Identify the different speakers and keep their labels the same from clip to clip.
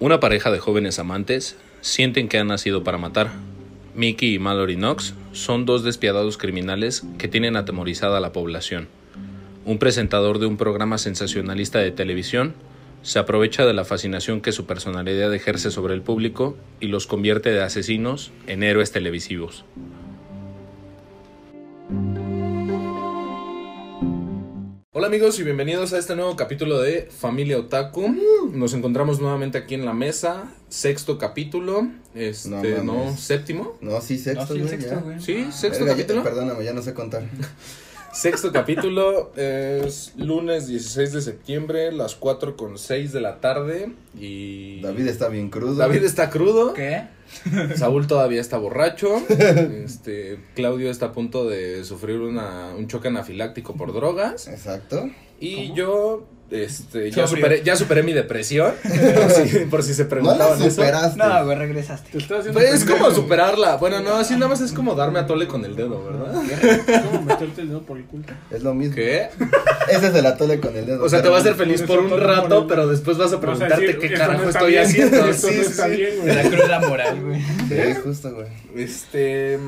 Speaker 1: Una pareja de jóvenes amantes sienten que han nacido para matar. Mickey y Mallory Knox son dos despiadados criminales que tienen atemorizada a la población. Un presentador de un programa sensacionalista de televisión se aprovecha de la fascinación que su personalidad ejerce sobre el público y los convierte de asesinos en héroes televisivos. Hola amigos y bienvenidos a este nuevo capítulo de Familia Otaku. Nos encontramos nuevamente aquí en la mesa, sexto capítulo,
Speaker 2: No
Speaker 1: este,
Speaker 2: mames.
Speaker 1: no, séptimo.
Speaker 2: No, sí,
Speaker 3: No,
Speaker 2: sexto,
Speaker 3: sí,
Speaker 2: güey.
Speaker 3: el sexto,
Speaker 2: ya.
Speaker 3: güey.
Speaker 1: Sí, sexto
Speaker 2: Verga, ya-
Speaker 1: capítulo.
Speaker 2: Perdóname, ya no sé contar.
Speaker 1: Sexto capítulo es lunes 16 de septiembre, las 4 con 6 de la tarde y
Speaker 2: David está bien crudo.
Speaker 1: David está crudo,
Speaker 3: ¿Qué?
Speaker 1: Saúl todavía está borracho, este, Claudio está a punto de sufrir una, un choque anafiláctico por drogas
Speaker 2: Exacto.
Speaker 1: y yo este, ya,
Speaker 3: Sobrio.
Speaker 1: superé, ya superé mi depresión, por si, por si se
Speaker 2: No la
Speaker 1: preguntaban eso.
Speaker 2: superaste.
Speaker 3: No, güey, regresaste.
Speaker 4: estás haciendo
Speaker 1: Pues es como
Speaker 4: pendejo.
Speaker 1: superarla, bueno no, así nada más es como darme a tole con el dedo, ¿verdad?
Speaker 4: Es como meterte el dedo por el culo.
Speaker 2: Es lo mismo.
Speaker 1: ¿Qué?
Speaker 2: Ese es el atole con el dedo.
Speaker 1: O sea, te va a hacer feliz
Speaker 4: Eso
Speaker 1: por un
Speaker 4: todo
Speaker 1: rato,
Speaker 4: moral.
Speaker 1: pero después vas a
Speaker 4: Vas a
Speaker 1: preguntarte
Speaker 4: decir,
Speaker 1: qué
Speaker 4: "Esto no
Speaker 1: carajo
Speaker 4: está
Speaker 1: estoy
Speaker 4: bien,
Speaker 1: haciendo.
Speaker 4: Esto
Speaker 1: Sí,
Speaker 4: no está
Speaker 1: sí.
Speaker 4: bien, güey.
Speaker 3: De la cruda moral, güey.
Speaker 1: ¿Eh?
Speaker 2: Sí, justo, güey.
Speaker 1: Este,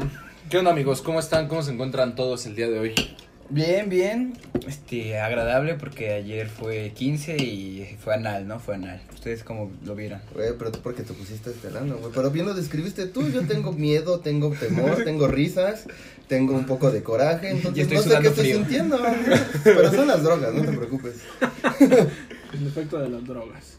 Speaker 1: ¿qué onda amigos? ¿Cómo están? ¿Cómo se encuentran todos el día de hoy?
Speaker 3: Bien, bien. Este, agradable porque ayer fue 15 y fue anal, ¿no? Fue anal. Ustedes como lo vieron.
Speaker 2: Güey, pero tú porque te pusiste esperando, güey. Pero bien lo describiste tú. Yo tengo miedo, tengo temor, tengo risas, tengo un poco de coraje.
Speaker 3: Y
Speaker 2: Entonces
Speaker 3: estoy
Speaker 2: no sé qué
Speaker 3: sudando
Speaker 2: estoy
Speaker 3: frío.
Speaker 2: sintiendo. Pero son las drogas, no te preocupes.
Speaker 4: El efecto de las drogas.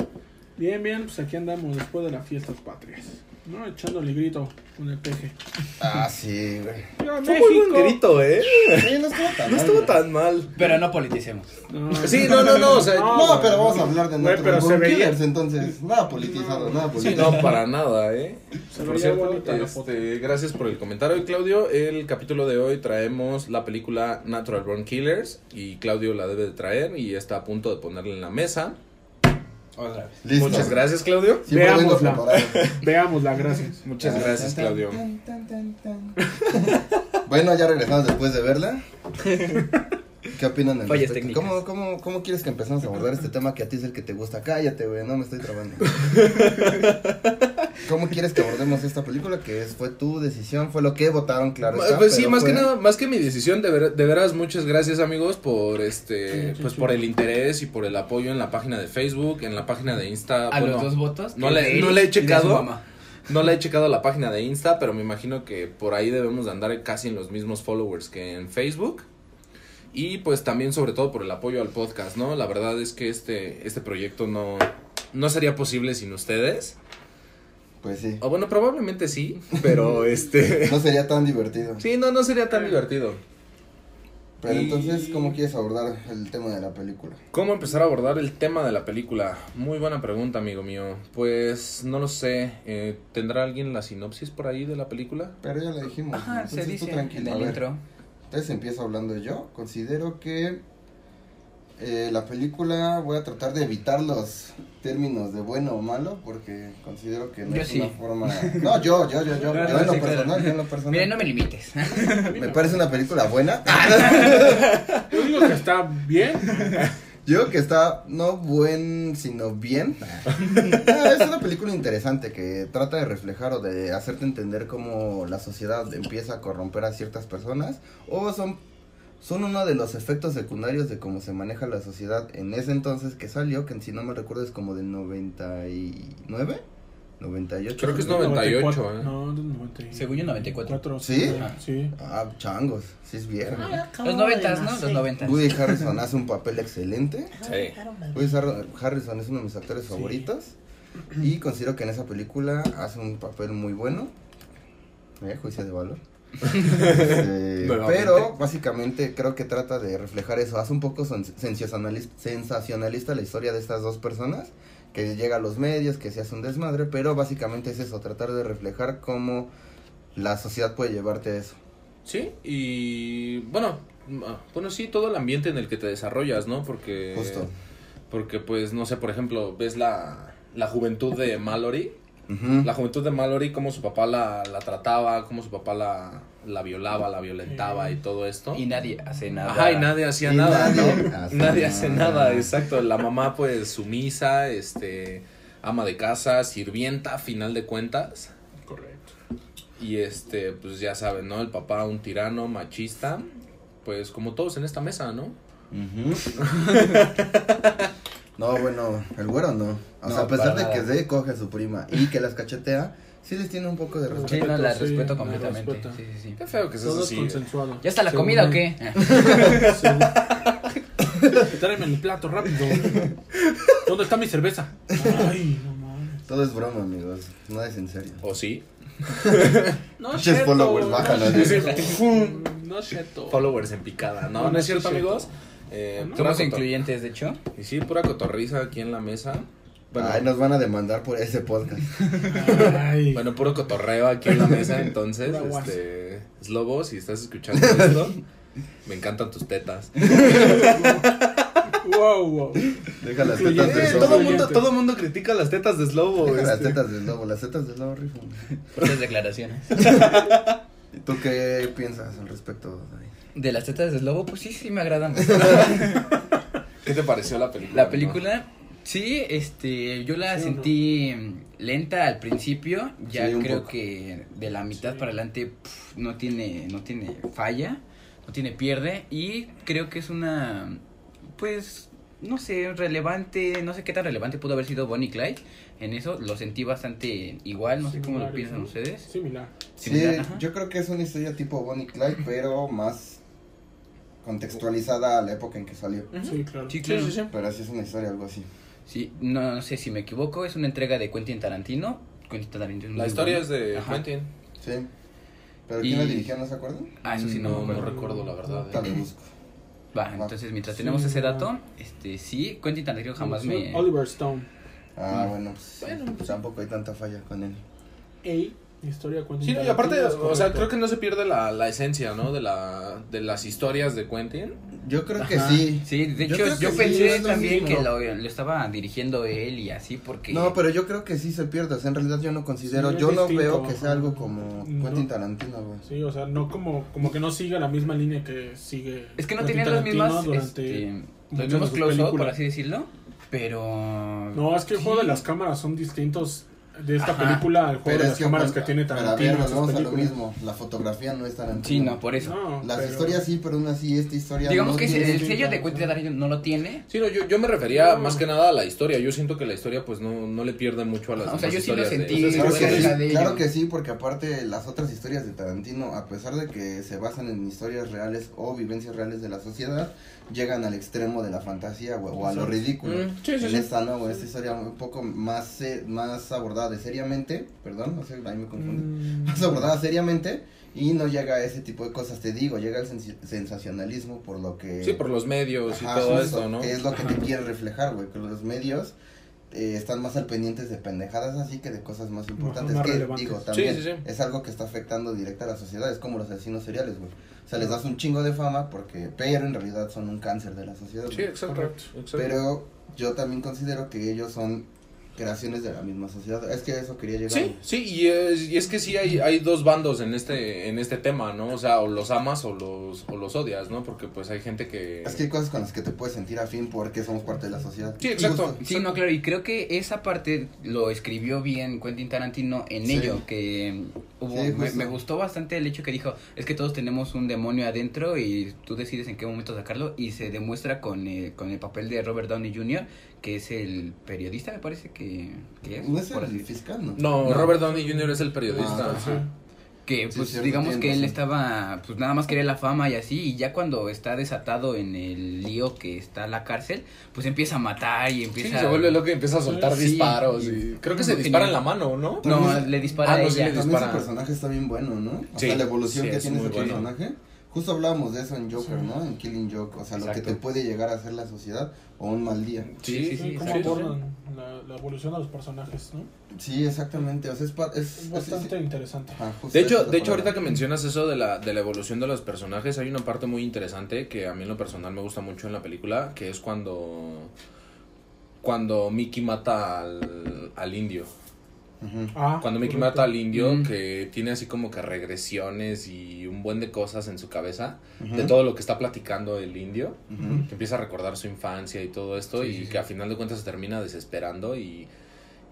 Speaker 4: Bien, bien, pues aquí andamos después de las fiestas patrias. ¿No? Echándole grito con el peje.
Speaker 2: Ah, sí, güey.
Speaker 4: ¡Viva
Speaker 1: Fue muy buen
Speaker 4: México!
Speaker 1: grito, ¿eh?
Speaker 2: Sí, no estuvo
Speaker 1: No
Speaker 2: tan mal,
Speaker 1: estuvo
Speaker 2: güey.
Speaker 1: tan mal.
Speaker 3: Pero no politicemos.
Speaker 4: No,
Speaker 1: Sí, no, no, no, o sea,
Speaker 2: No,
Speaker 4: güey,
Speaker 2: pero vamos
Speaker 4: no.
Speaker 2: a hablar de
Speaker 4: Güey,
Speaker 2: nosotros.
Speaker 4: pero se
Speaker 2: con
Speaker 4: veía.
Speaker 2: killers, entonces, nada politizado, nada
Speaker 1: Sí,
Speaker 2: politizado.
Speaker 1: no, para nada, ¿eh?
Speaker 4: Se
Speaker 1: Por
Speaker 4: veía
Speaker 1: cierto,
Speaker 4: bonita la foto.
Speaker 1: este, gracias por el comentario, Claudio. El capítulo de hoy traemos la película Natural Born Killers y Claudio la debe de traer y está a punto de ponerla en la mesa.
Speaker 3: Otra vez.
Speaker 2: Listo.
Speaker 1: Muchas gracias, Claudio.
Speaker 2: Siempre vengo
Speaker 4: Veámosla.
Speaker 2: preparado.
Speaker 4: Veamos las gracias.
Speaker 1: Muchas gracias, Claudio.
Speaker 2: Bueno, ya regresamos después de verla. ¿Qué opinan al
Speaker 3: Fallas
Speaker 2: respecto?
Speaker 3: técnicas.
Speaker 2: ¿Cómo, cómo, ¿Cómo quieres que empezamos a abordar este tema que a ti es el que te gusta? Cállate, güey, no me estoy trabando. ¿Cómo quieres que abordemos esta película? Que es, fue tu decisión, fue lo que votaron, claro.
Speaker 1: Ma-
Speaker 2: está,
Speaker 1: pues sí,
Speaker 2: pero
Speaker 1: más
Speaker 2: fue-
Speaker 1: que nada, más que mi decisión, de, ver- de veras, muchas gracias amigos por este,
Speaker 4: Sí, sí,
Speaker 1: pues
Speaker 4: sí.
Speaker 1: por el interés y por el apoyo en la página de Facebook, en la página de Insta.
Speaker 3: A
Speaker 1: bueno,
Speaker 3: los dos votos.
Speaker 1: Ah, pues no le-
Speaker 3: de él
Speaker 1: no le he
Speaker 3: y de su
Speaker 1: checado.
Speaker 3: mamá.
Speaker 1: No la he checado la página de Insta, pero me imagino que por ahí debemos de andar casi en los mismos followers que en Facebook. Y pues también sobre todo por el apoyo al podcast, ¿no? La verdad es que este, este proyecto no, no sería posible sin ustedes.
Speaker 2: Pues sí.
Speaker 1: O bueno, probablemente sí, pero este...
Speaker 2: No sería tan divertido.
Speaker 1: Sí, no, no sería tan divertido.
Speaker 2: Pero
Speaker 1: Y-
Speaker 2: entonces, ¿cómo quieres abordar el tema de la película?
Speaker 1: ¿Cómo empezar a abordar el tema de la película? Muy buena pregunta, amigo mío. Pues no lo sé. eh, ¿Tendrá alguien la sinopsis por ahí de la película?
Speaker 2: Pero ya la dijimos.
Speaker 3: Ajá, se
Speaker 2: entonces tú
Speaker 3: dice
Speaker 2: tranquilo,
Speaker 3: en
Speaker 2: a
Speaker 3: el
Speaker 2: ver.
Speaker 3: intro.
Speaker 2: Entonces empiezo hablando yo. Considero que eh, la película voy a tratar de evitar los términos de bueno o malo porque considero que no
Speaker 3: Yo
Speaker 2: es
Speaker 3: sí.
Speaker 2: una forma... No, yo, yo, yo, yo.
Speaker 3: No,
Speaker 2: yo,
Speaker 3: no,
Speaker 2: en lo
Speaker 3: sí, claro.
Speaker 2: personal, yo en lo personal.
Speaker 3: Miren, no me limites.
Speaker 2: Me parece una película buena.
Speaker 4: Yo digo que está bien.
Speaker 2: Yo digo que está no buen, sino bien. Ah, es una película interesante que trata de reflejar o de hacerte entender cómo la sociedad empieza a corromper a ciertas personas o son, son uno de los efectos secundarios de cómo se maneja la sociedad en ese entonces que salió, que si no me recuerdo es como del 99, 98.
Speaker 1: Creo que es 90. 98, ¿eh?
Speaker 4: No, 94.
Speaker 3: Según yo, 94.
Speaker 2: ¿Sí?
Speaker 4: Ajá. Sí.
Speaker 2: Ah, changos, sí es viejo.
Speaker 3: Los noventas, ¿no? Los noventas.
Speaker 2: Woody Harrison hace un papel excelente.
Speaker 1: Sí.
Speaker 2: Woody Har- Harrison es uno de mis actores favoritos y considero que en esa película hace un papel muy bueno. Eh, juicio de valor. Este,
Speaker 1: Nuevamente.
Speaker 2: pero básicamente creo que trata de reflejar eso. Hace un poco sen- sensacionalis- sensacionalista la historia de estas dos personas que llega a los medios, que se hace un desmadre, pero básicamente es eso, tratar de reflejar cómo la sociedad puede llevarte a eso.
Speaker 1: Sí, y bueno, mm, ah, bueno, sí, todo el ambiente en el que te desarrollas, ¿no? Porque,
Speaker 2: Justo.
Speaker 1: porque pues, no sé, por ejemplo, ves la, la juventud de Mallory,
Speaker 2: Ujú.
Speaker 1: la juventud de Mallory, cómo su papá la, la trataba, cómo su papá la, la violaba, la violentaba y todo esto.
Speaker 3: Y nadie hace nada.
Speaker 1: Ajá, y nadie hacía
Speaker 2: Y
Speaker 1: nada,
Speaker 2: nadie
Speaker 1: ¿no?
Speaker 2: hace
Speaker 1: nadie hace
Speaker 2: nada.
Speaker 1: nada, exacto. La mamá, pues, sumisa, este, ama de casa, sirvienta, a final de cuentas.
Speaker 4: Correcto.
Speaker 3: Ah.
Speaker 1: Y este, pues ya saben, ¿no? El papá, un tirano, machista. Pues como todos en esta mesa, ¿no?
Speaker 2: No, bueno, el güero no. O
Speaker 3: No,
Speaker 2: sea, a pesar
Speaker 3: para
Speaker 2: de que
Speaker 3: nada.
Speaker 2: se coge a su prima y que las cachetea, sí les tiene un poco de respeto.
Speaker 3: Sí, no, la
Speaker 4: Sí,
Speaker 3: respeto
Speaker 4: la
Speaker 3: completamente.
Speaker 4: respeto.
Speaker 3: Sí, sí,
Speaker 1: Qué
Speaker 3: Pues sí.
Speaker 1: feo que seas
Speaker 4: Todo es
Speaker 1: así.
Speaker 4: consensuado.
Speaker 3: ¿Ya está la
Speaker 4: Según
Speaker 3: comida o
Speaker 4: él.
Speaker 3: qué?
Speaker 4: Según- Tráeme el plato rápido. ¿Dónde está mi cerveza? Ay, no mames.
Speaker 2: Todo es broma, amigos. No es en serio.
Speaker 1: ¿O sí?
Speaker 4: No
Speaker 2: Pinches
Speaker 4: cheto,
Speaker 2: followers,
Speaker 4: no
Speaker 2: bájalo.
Speaker 3: Mm.
Speaker 4: cheto. No es cierto.
Speaker 1: Followers en picada, ¿no? No,
Speaker 4: No, no
Speaker 1: es cierto,
Speaker 4: es cierto.
Speaker 1: amigos. Eh,
Speaker 4: No,
Speaker 1: pura
Speaker 3: Somos
Speaker 1: cotor-
Speaker 3: incluyentes, de hecho.
Speaker 1: y sí, pura cotorriza aquí en la mesa. Bueno,
Speaker 2: Ay, nos van a demandar por ese podcast.
Speaker 4: Ay.
Speaker 1: Bueno, puro cotorreo aquí en la mesa, entonces,
Speaker 4: Pura guasa.
Speaker 1: este, Slobo, si estás escuchando esto, me encantan tus tetas.
Speaker 4: Wow, wow.
Speaker 2: Deja las tetas
Speaker 4: Eh,
Speaker 2: de
Speaker 4: todo
Speaker 2: lobo.
Speaker 4: mundo- todo
Speaker 1: mundo critica las tetas de Slobo. este.
Speaker 2: Deja las tetas de lobo. Las tetas de lobo rifan.
Speaker 3: Fuertes declaraciones.
Speaker 2: ¿Y tú qué piensas al respecto, David?
Speaker 3: De las tetas de lobo, pues sí, sí me agradan.
Speaker 1: ¿Qué te pareció la película?
Speaker 3: La película, sí, este, yo la
Speaker 4: Sí,
Speaker 3: sentí mm, lenta al principio, ya
Speaker 2: Sí, un
Speaker 3: creo
Speaker 2: poco.
Speaker 3: que de la mitad
Speaker 4: Sí.
Speaker 3: para adelante pf, no tiene, no tiene falla, no tiene pierde y creo que es una, pues, no sé, relevante, no sé qué tan relevante pudo haber sido Bonnie y Clyde en eso, lo sentí bastante igual, no sé cómo lo
Speaker 4: Similares,
Speaker 3: piensan
Speaker 4: ¿no?
Speaker 3: ustedes.
Speaker 4: Similar.
Speaker 2: Sí,
Speaker 3: Similar, ajá.
Speaker 2: yo creo que es una historia tipo Bonnie y Clyde, pero más contextualizada a la época en que salió.
Speaker 4: Sí, claro.
Speaker 3: Sí, claro.
Speaker 4: sí, sí.
Speaker 2: Pero sí es una historia algo así.
Speaker 3: Sí, no, sé si me equivoco, es una entrega de Quentin Tarantino. Quentin Tarantino es
Speaker 1: La
Speaker 3: muy
Speaker 1: historia
Speaker 3: bueno.
Speaker 1: es de
Speaker 3: Mm. Ajá.
Speaker 1: Quentin.
Speaker 2: Sí. ¿Pero quién la
Speaker 3: Y-
Speaker 2: dirigió, no se acuerdan?
Speaker 3: Ah, eso sí, no, me
Speaker 1: no,
Speaker 3: acuerdo.
Speaker 1: no recuerdo la verdad.
Speaker 2: Tal
Speaker 1: eh.
Speaker 2: vez busco.
Speaker 3: Va,
Speaker 2: Va.
Speaker 3: entonces mientras
Speaker 4: Sí,
Speaker 3: tenemos ese
Speaker 4: va.
Speaker 3: dato, este sí, Quentin Tarantino jamás me
Speaker 4: Oliver Stone.
Speaker 2: Ah,
Speaker 3: Mm.
Speaker 2: bueno, pues, sí,
Speaker 1: Bueno, pues-
Speaker 2: tampoco hay tanta falla con él.
Speaker 4: Ey, historia cuando.
Speaker 1: Sí, no, y aparte, o sea, creo que no se pierde la, la esencia, ¿no? De, la, de las historias de Quentin.
Speaker 2: Yo creo que
Speaker 4: Ajá.
Speaker 2: sí.
Speaker 3: Sí, de
Speaker 2: Yo
Speaker 3: hecho
Speaker 2: creo
Speaker 3: yo,
Speaker 2: que sí,
Speaker 3: pensé
Speaker 2: es lo
Speaker 3: también
Speaker 2: mismo.
Speaker 3: que lo, lo estaba dirigiendo él y así porque
Speaker 2: No, pero yo creo que sí se pierde. o sea, en realidad yo no considero,
Speaker 4: Sí, es
Speaker 2: yo no
Speaker 4: distinto,
Speaker 2: veo que sea
Speaker 4: ajá.
Speaker 2: algo como
Speaker 4: No.
Speaker 2: Quentin Tarantino, güey.
Speaker 4: Sí, o sea, no como, como que no siga la misma línea que sigue.
Speaker 3: es que no
Speaker 4: Quentin
Speaker 3: tenían las
Speaker 4: Tarantino
Speaker 3: mismas
Speaker 4: durante-
Speaker 3: este, los
Speaker 4: muchas
Speaker 3: mismos
Speaker 4: de sus
Speaker 3: close por
Speaker 4: películas.
Speaker 3: así decirlo, pero
Speaker 4: No, es que el
Speaker 3: Sí.
Speaker 4: juego de las cámaras son distintos de esta
Speaker 3: Ajá.
Speaker 4: película al juego
Speaker 2: Pero
Speaker 4: de
Speaker 2: es
Speaker 4: las
Speaker 2: que
Speaker 4: cámaras que
Speaker 2: bueno,
Speaker 4: tiene
Speaker 2: pero
Speaker 4: Tarantino.
Speaker 2: a ver,
Speaker 4: en
Speaker 2: nos
Speaker 4: sus
Speaker 2: vamos a lo
Speaker 4: películas.
Speaker 2: mismo. La fotografía no es Tarantino.
Speaker 3: sí, no, por eso.
Speaker 4: No,
Speaker 2: Las
Speaker 4: pero-
Speaker 2: historias sí, pero aún así esta historia
Speaker 3: Digamos
Speaker 2: no
Speaker 3: que
Speaker 2: tiene-
Speaker 3: el
Speaker 4: sí,
Speaker 3: sello
Speaker 4: claro,
Speaker 3: de Quentin
Speaker 4: claro.
Speaker 3: Tarantino no lo tiene.
Speaker 1: Sí, no, yo, yo me refería
Speaker 4: No.
Speaker 1: más que nada a la historia. Yo siento que la historia, pues, no, no le pierde mucho a las
Speaker 3: Ajá, o
Speaker 1: demás
Speaker 3: sea, yo sí lo
Speaker 1: historias de-
Speaker 3: sentí.
Speaker 1: o sea,
Speaker 2: Claro
Speaker 1: sí,
Speaker 3: Sí,
Speaker 2: que,
Speaker 1: sí,
Speaker 3: la
Speaker 2: sí,
Speaker 3: de
Speaker 2: claro
Speaker 3: ello.
Speaker 2: que sí, porque aparte las otras historias de Tarantino, a pesar de que se basan en historias reales o vivencias reales de la sociedad, llegan al extremo de la fantasía o, o a lo ridículo.
Speaker 1: Mm, sí, sí,
Speaker 2: en
Speaker 1: sí.
Speaker 2: esta no, güey, esta historia un poco más, se- más abordada seriamente, perdón, no sé, ahí me confundo,
Speaker 4: Mm,
Speaker 2: más abordada seriamente y no llega a ese tipo de cosas, te digo, llega al sensi- sensacionalismo por lo que...
Speaker 1: Sí, por los medios
Speaker 2: Ajá,
Speaker 1: y todo
Speaker 2: justo,
Speaker 1: esto, ¿no?
Speaker 2: que es lo que te
Speaker 4: Ajá.
Speaker 2: quiere reflejar, güey, que los medios eh, están más al pendientes de pendejadas así que de cosas más importantes.
Speaker 4: más
Speaker 2: que,
Speaker 4: relevantes.
Speaker 2: digo,
Speaker 4: Sí,
Speaker 2: también
Speaker 1: sí, sí.
Speaker 2: es algo que está afectando directa a la sociedad, es como los asesinos seriales, güey. O sea, les das un chingo de fama porque, pero en realidad son un cáncer de la sociedad.
Speaker 1: Sí,
Speaker 2: güey.
Speaker 1: exacto.
Speaker 4: Correcto.
Speaker 1: exacto.
Speaker 2: pero yo también considero que ellos son creaciones de la misma sociedad. Es que a eso quería llegar.
Speaker 1: Sí, sí, y es, y es que sí hay, hay dos bandos en este, en este tema, ¿no? O sea, o los amas o los, o los odias, ¿no? Porque pues hay gente que...
Speaker 2: Es que hay cosas con las que te puedes sentir afín porque somos parte de la sociedad.
Speaker 1: Sí, exacto.
Speaker 2: Justo.
Speaker 3: Sí, no, claro, y creo que esa parte lo escribió bien Quentin Tarantino en
Speaker 2: Sí.
Speaker 3: ello, que mm, hubo,
Speaker 2: Sí,
Speaker 3: me,
Speaker 2: justo.
Speaker 3: me gustó bastante el hecho que dijo, es que todos tenemos un demonio adentro y tú decides en qué momento sacarlo, y se demuestra con, eh, con el papel de Robert Downey Jr., que es el periodista, me parece que, que es,
Speaker 2: No es
Speaker 3: por así
Speaker 2: el
Speaker 3: decirlo.
Speaker 2: fiscal, ¿no?
Speaker 1: No,
Speaker 3: No.
Speaker 1: Robert Downey Jr. es el periodista.
Speaker 2: Ah,
Speaker 4: sí.
Speaker 1: Ajá.
Speaker 3: Que
Speaker 2: Sí,
Speaker 3: pues
Speaker 2: cierto,
Speaker 3: digamos
Speaker 2: tienes
Speaker 3: que él
Speaker 2: razón.
Speaker 3: estaba, pues nada más quería la fama y así, y ya cuando está desatado en el lío que está la cárcel, pues empieza a matar y
Speaker 1: Sí,
Speaker 3: empieza
Speaker 1: se vuelve loco y empieza a soltar
Speaker 3: Sí,
Speaker 1: disparos.
Speaker 3: y-
Speaker 1: y- Creo que se dispara en la mano, ¿no?
Speaker 3: No, le dispara
Speaker 1: Ah, no,
Speaker 3: a
Speaker 1: sí
Speaker 3: ella.
Speaker 1: le
Speaker 2: También
Speaker 1: dispara.
Speaker 2: su personaje está bien bueno, ¿no? O
Speaker 1: Sí,
Speaker 2: sea, la evolución
Speaker 1: sí,
Speaker 2: que
Speaker 1: es
Speaker 2: tiene
Speaker 1: muy
Speaker 2: ese
Speaker 1: bueno.
Speaker 2: personaje. Justo hablábamos de eso en Joker, ¿no? En Killing Joke. O sea, lo que
Speaker 3: Exacto.
Speaker 2: te puede llegar a hacer la sociedad o un mal día.
Speaker 1: Sí, sí,
Speaker 4: Sí,
Speaker 1: sí.
Speaker 4: cómo
Speaker 1: sí, sí.
Speaker 4: abordan la, la evolución de los personajes, ¿no?
Speaker 2: Sí, exactamente. O sea, es. pa- es-
Speaker 4: Es
Speaker 2: es-
Speaker 4: bastante
Speaker 2: es-
Speaker 4: interesante.
Speaker 2: ajá, justo
Speaker 1: De
Speaker 2: esa
Speaker 1: hecho,
Speaker 2: es la
Speaker 1: de hecho,
Speaker 2: palabra.
Speaker 1: ahorita que mencionas eso de la, de la evolución de los personajes, hay una parte muy interesante que a mí en lo personal me gusta mucho en la película, que es cuando, cuando Mickey mata al, al indio.
Speaker 2: Ujú.
Speaker 4: Ah,
Speaker 1: Cuando Mickey
Speaker 4: correcto.
Speaker 1: mata al indio,
Speaker 3: Mm.
Speaker 1: que tiene así como que regresiones y un buen de cosas en su cabeza,
Speaker 2: Ujú.
Speaker 1: de todo lo que está platicando el indio,
Speaker 2: Ujú.
Speaker 1: que empieza a recordar su infancia y todo esto,
Speaker 3: Sí,
Speaker 1: y
Speaker 3: sí, sí.
Speaker 1: que a final de cuentas se termina desesperando y,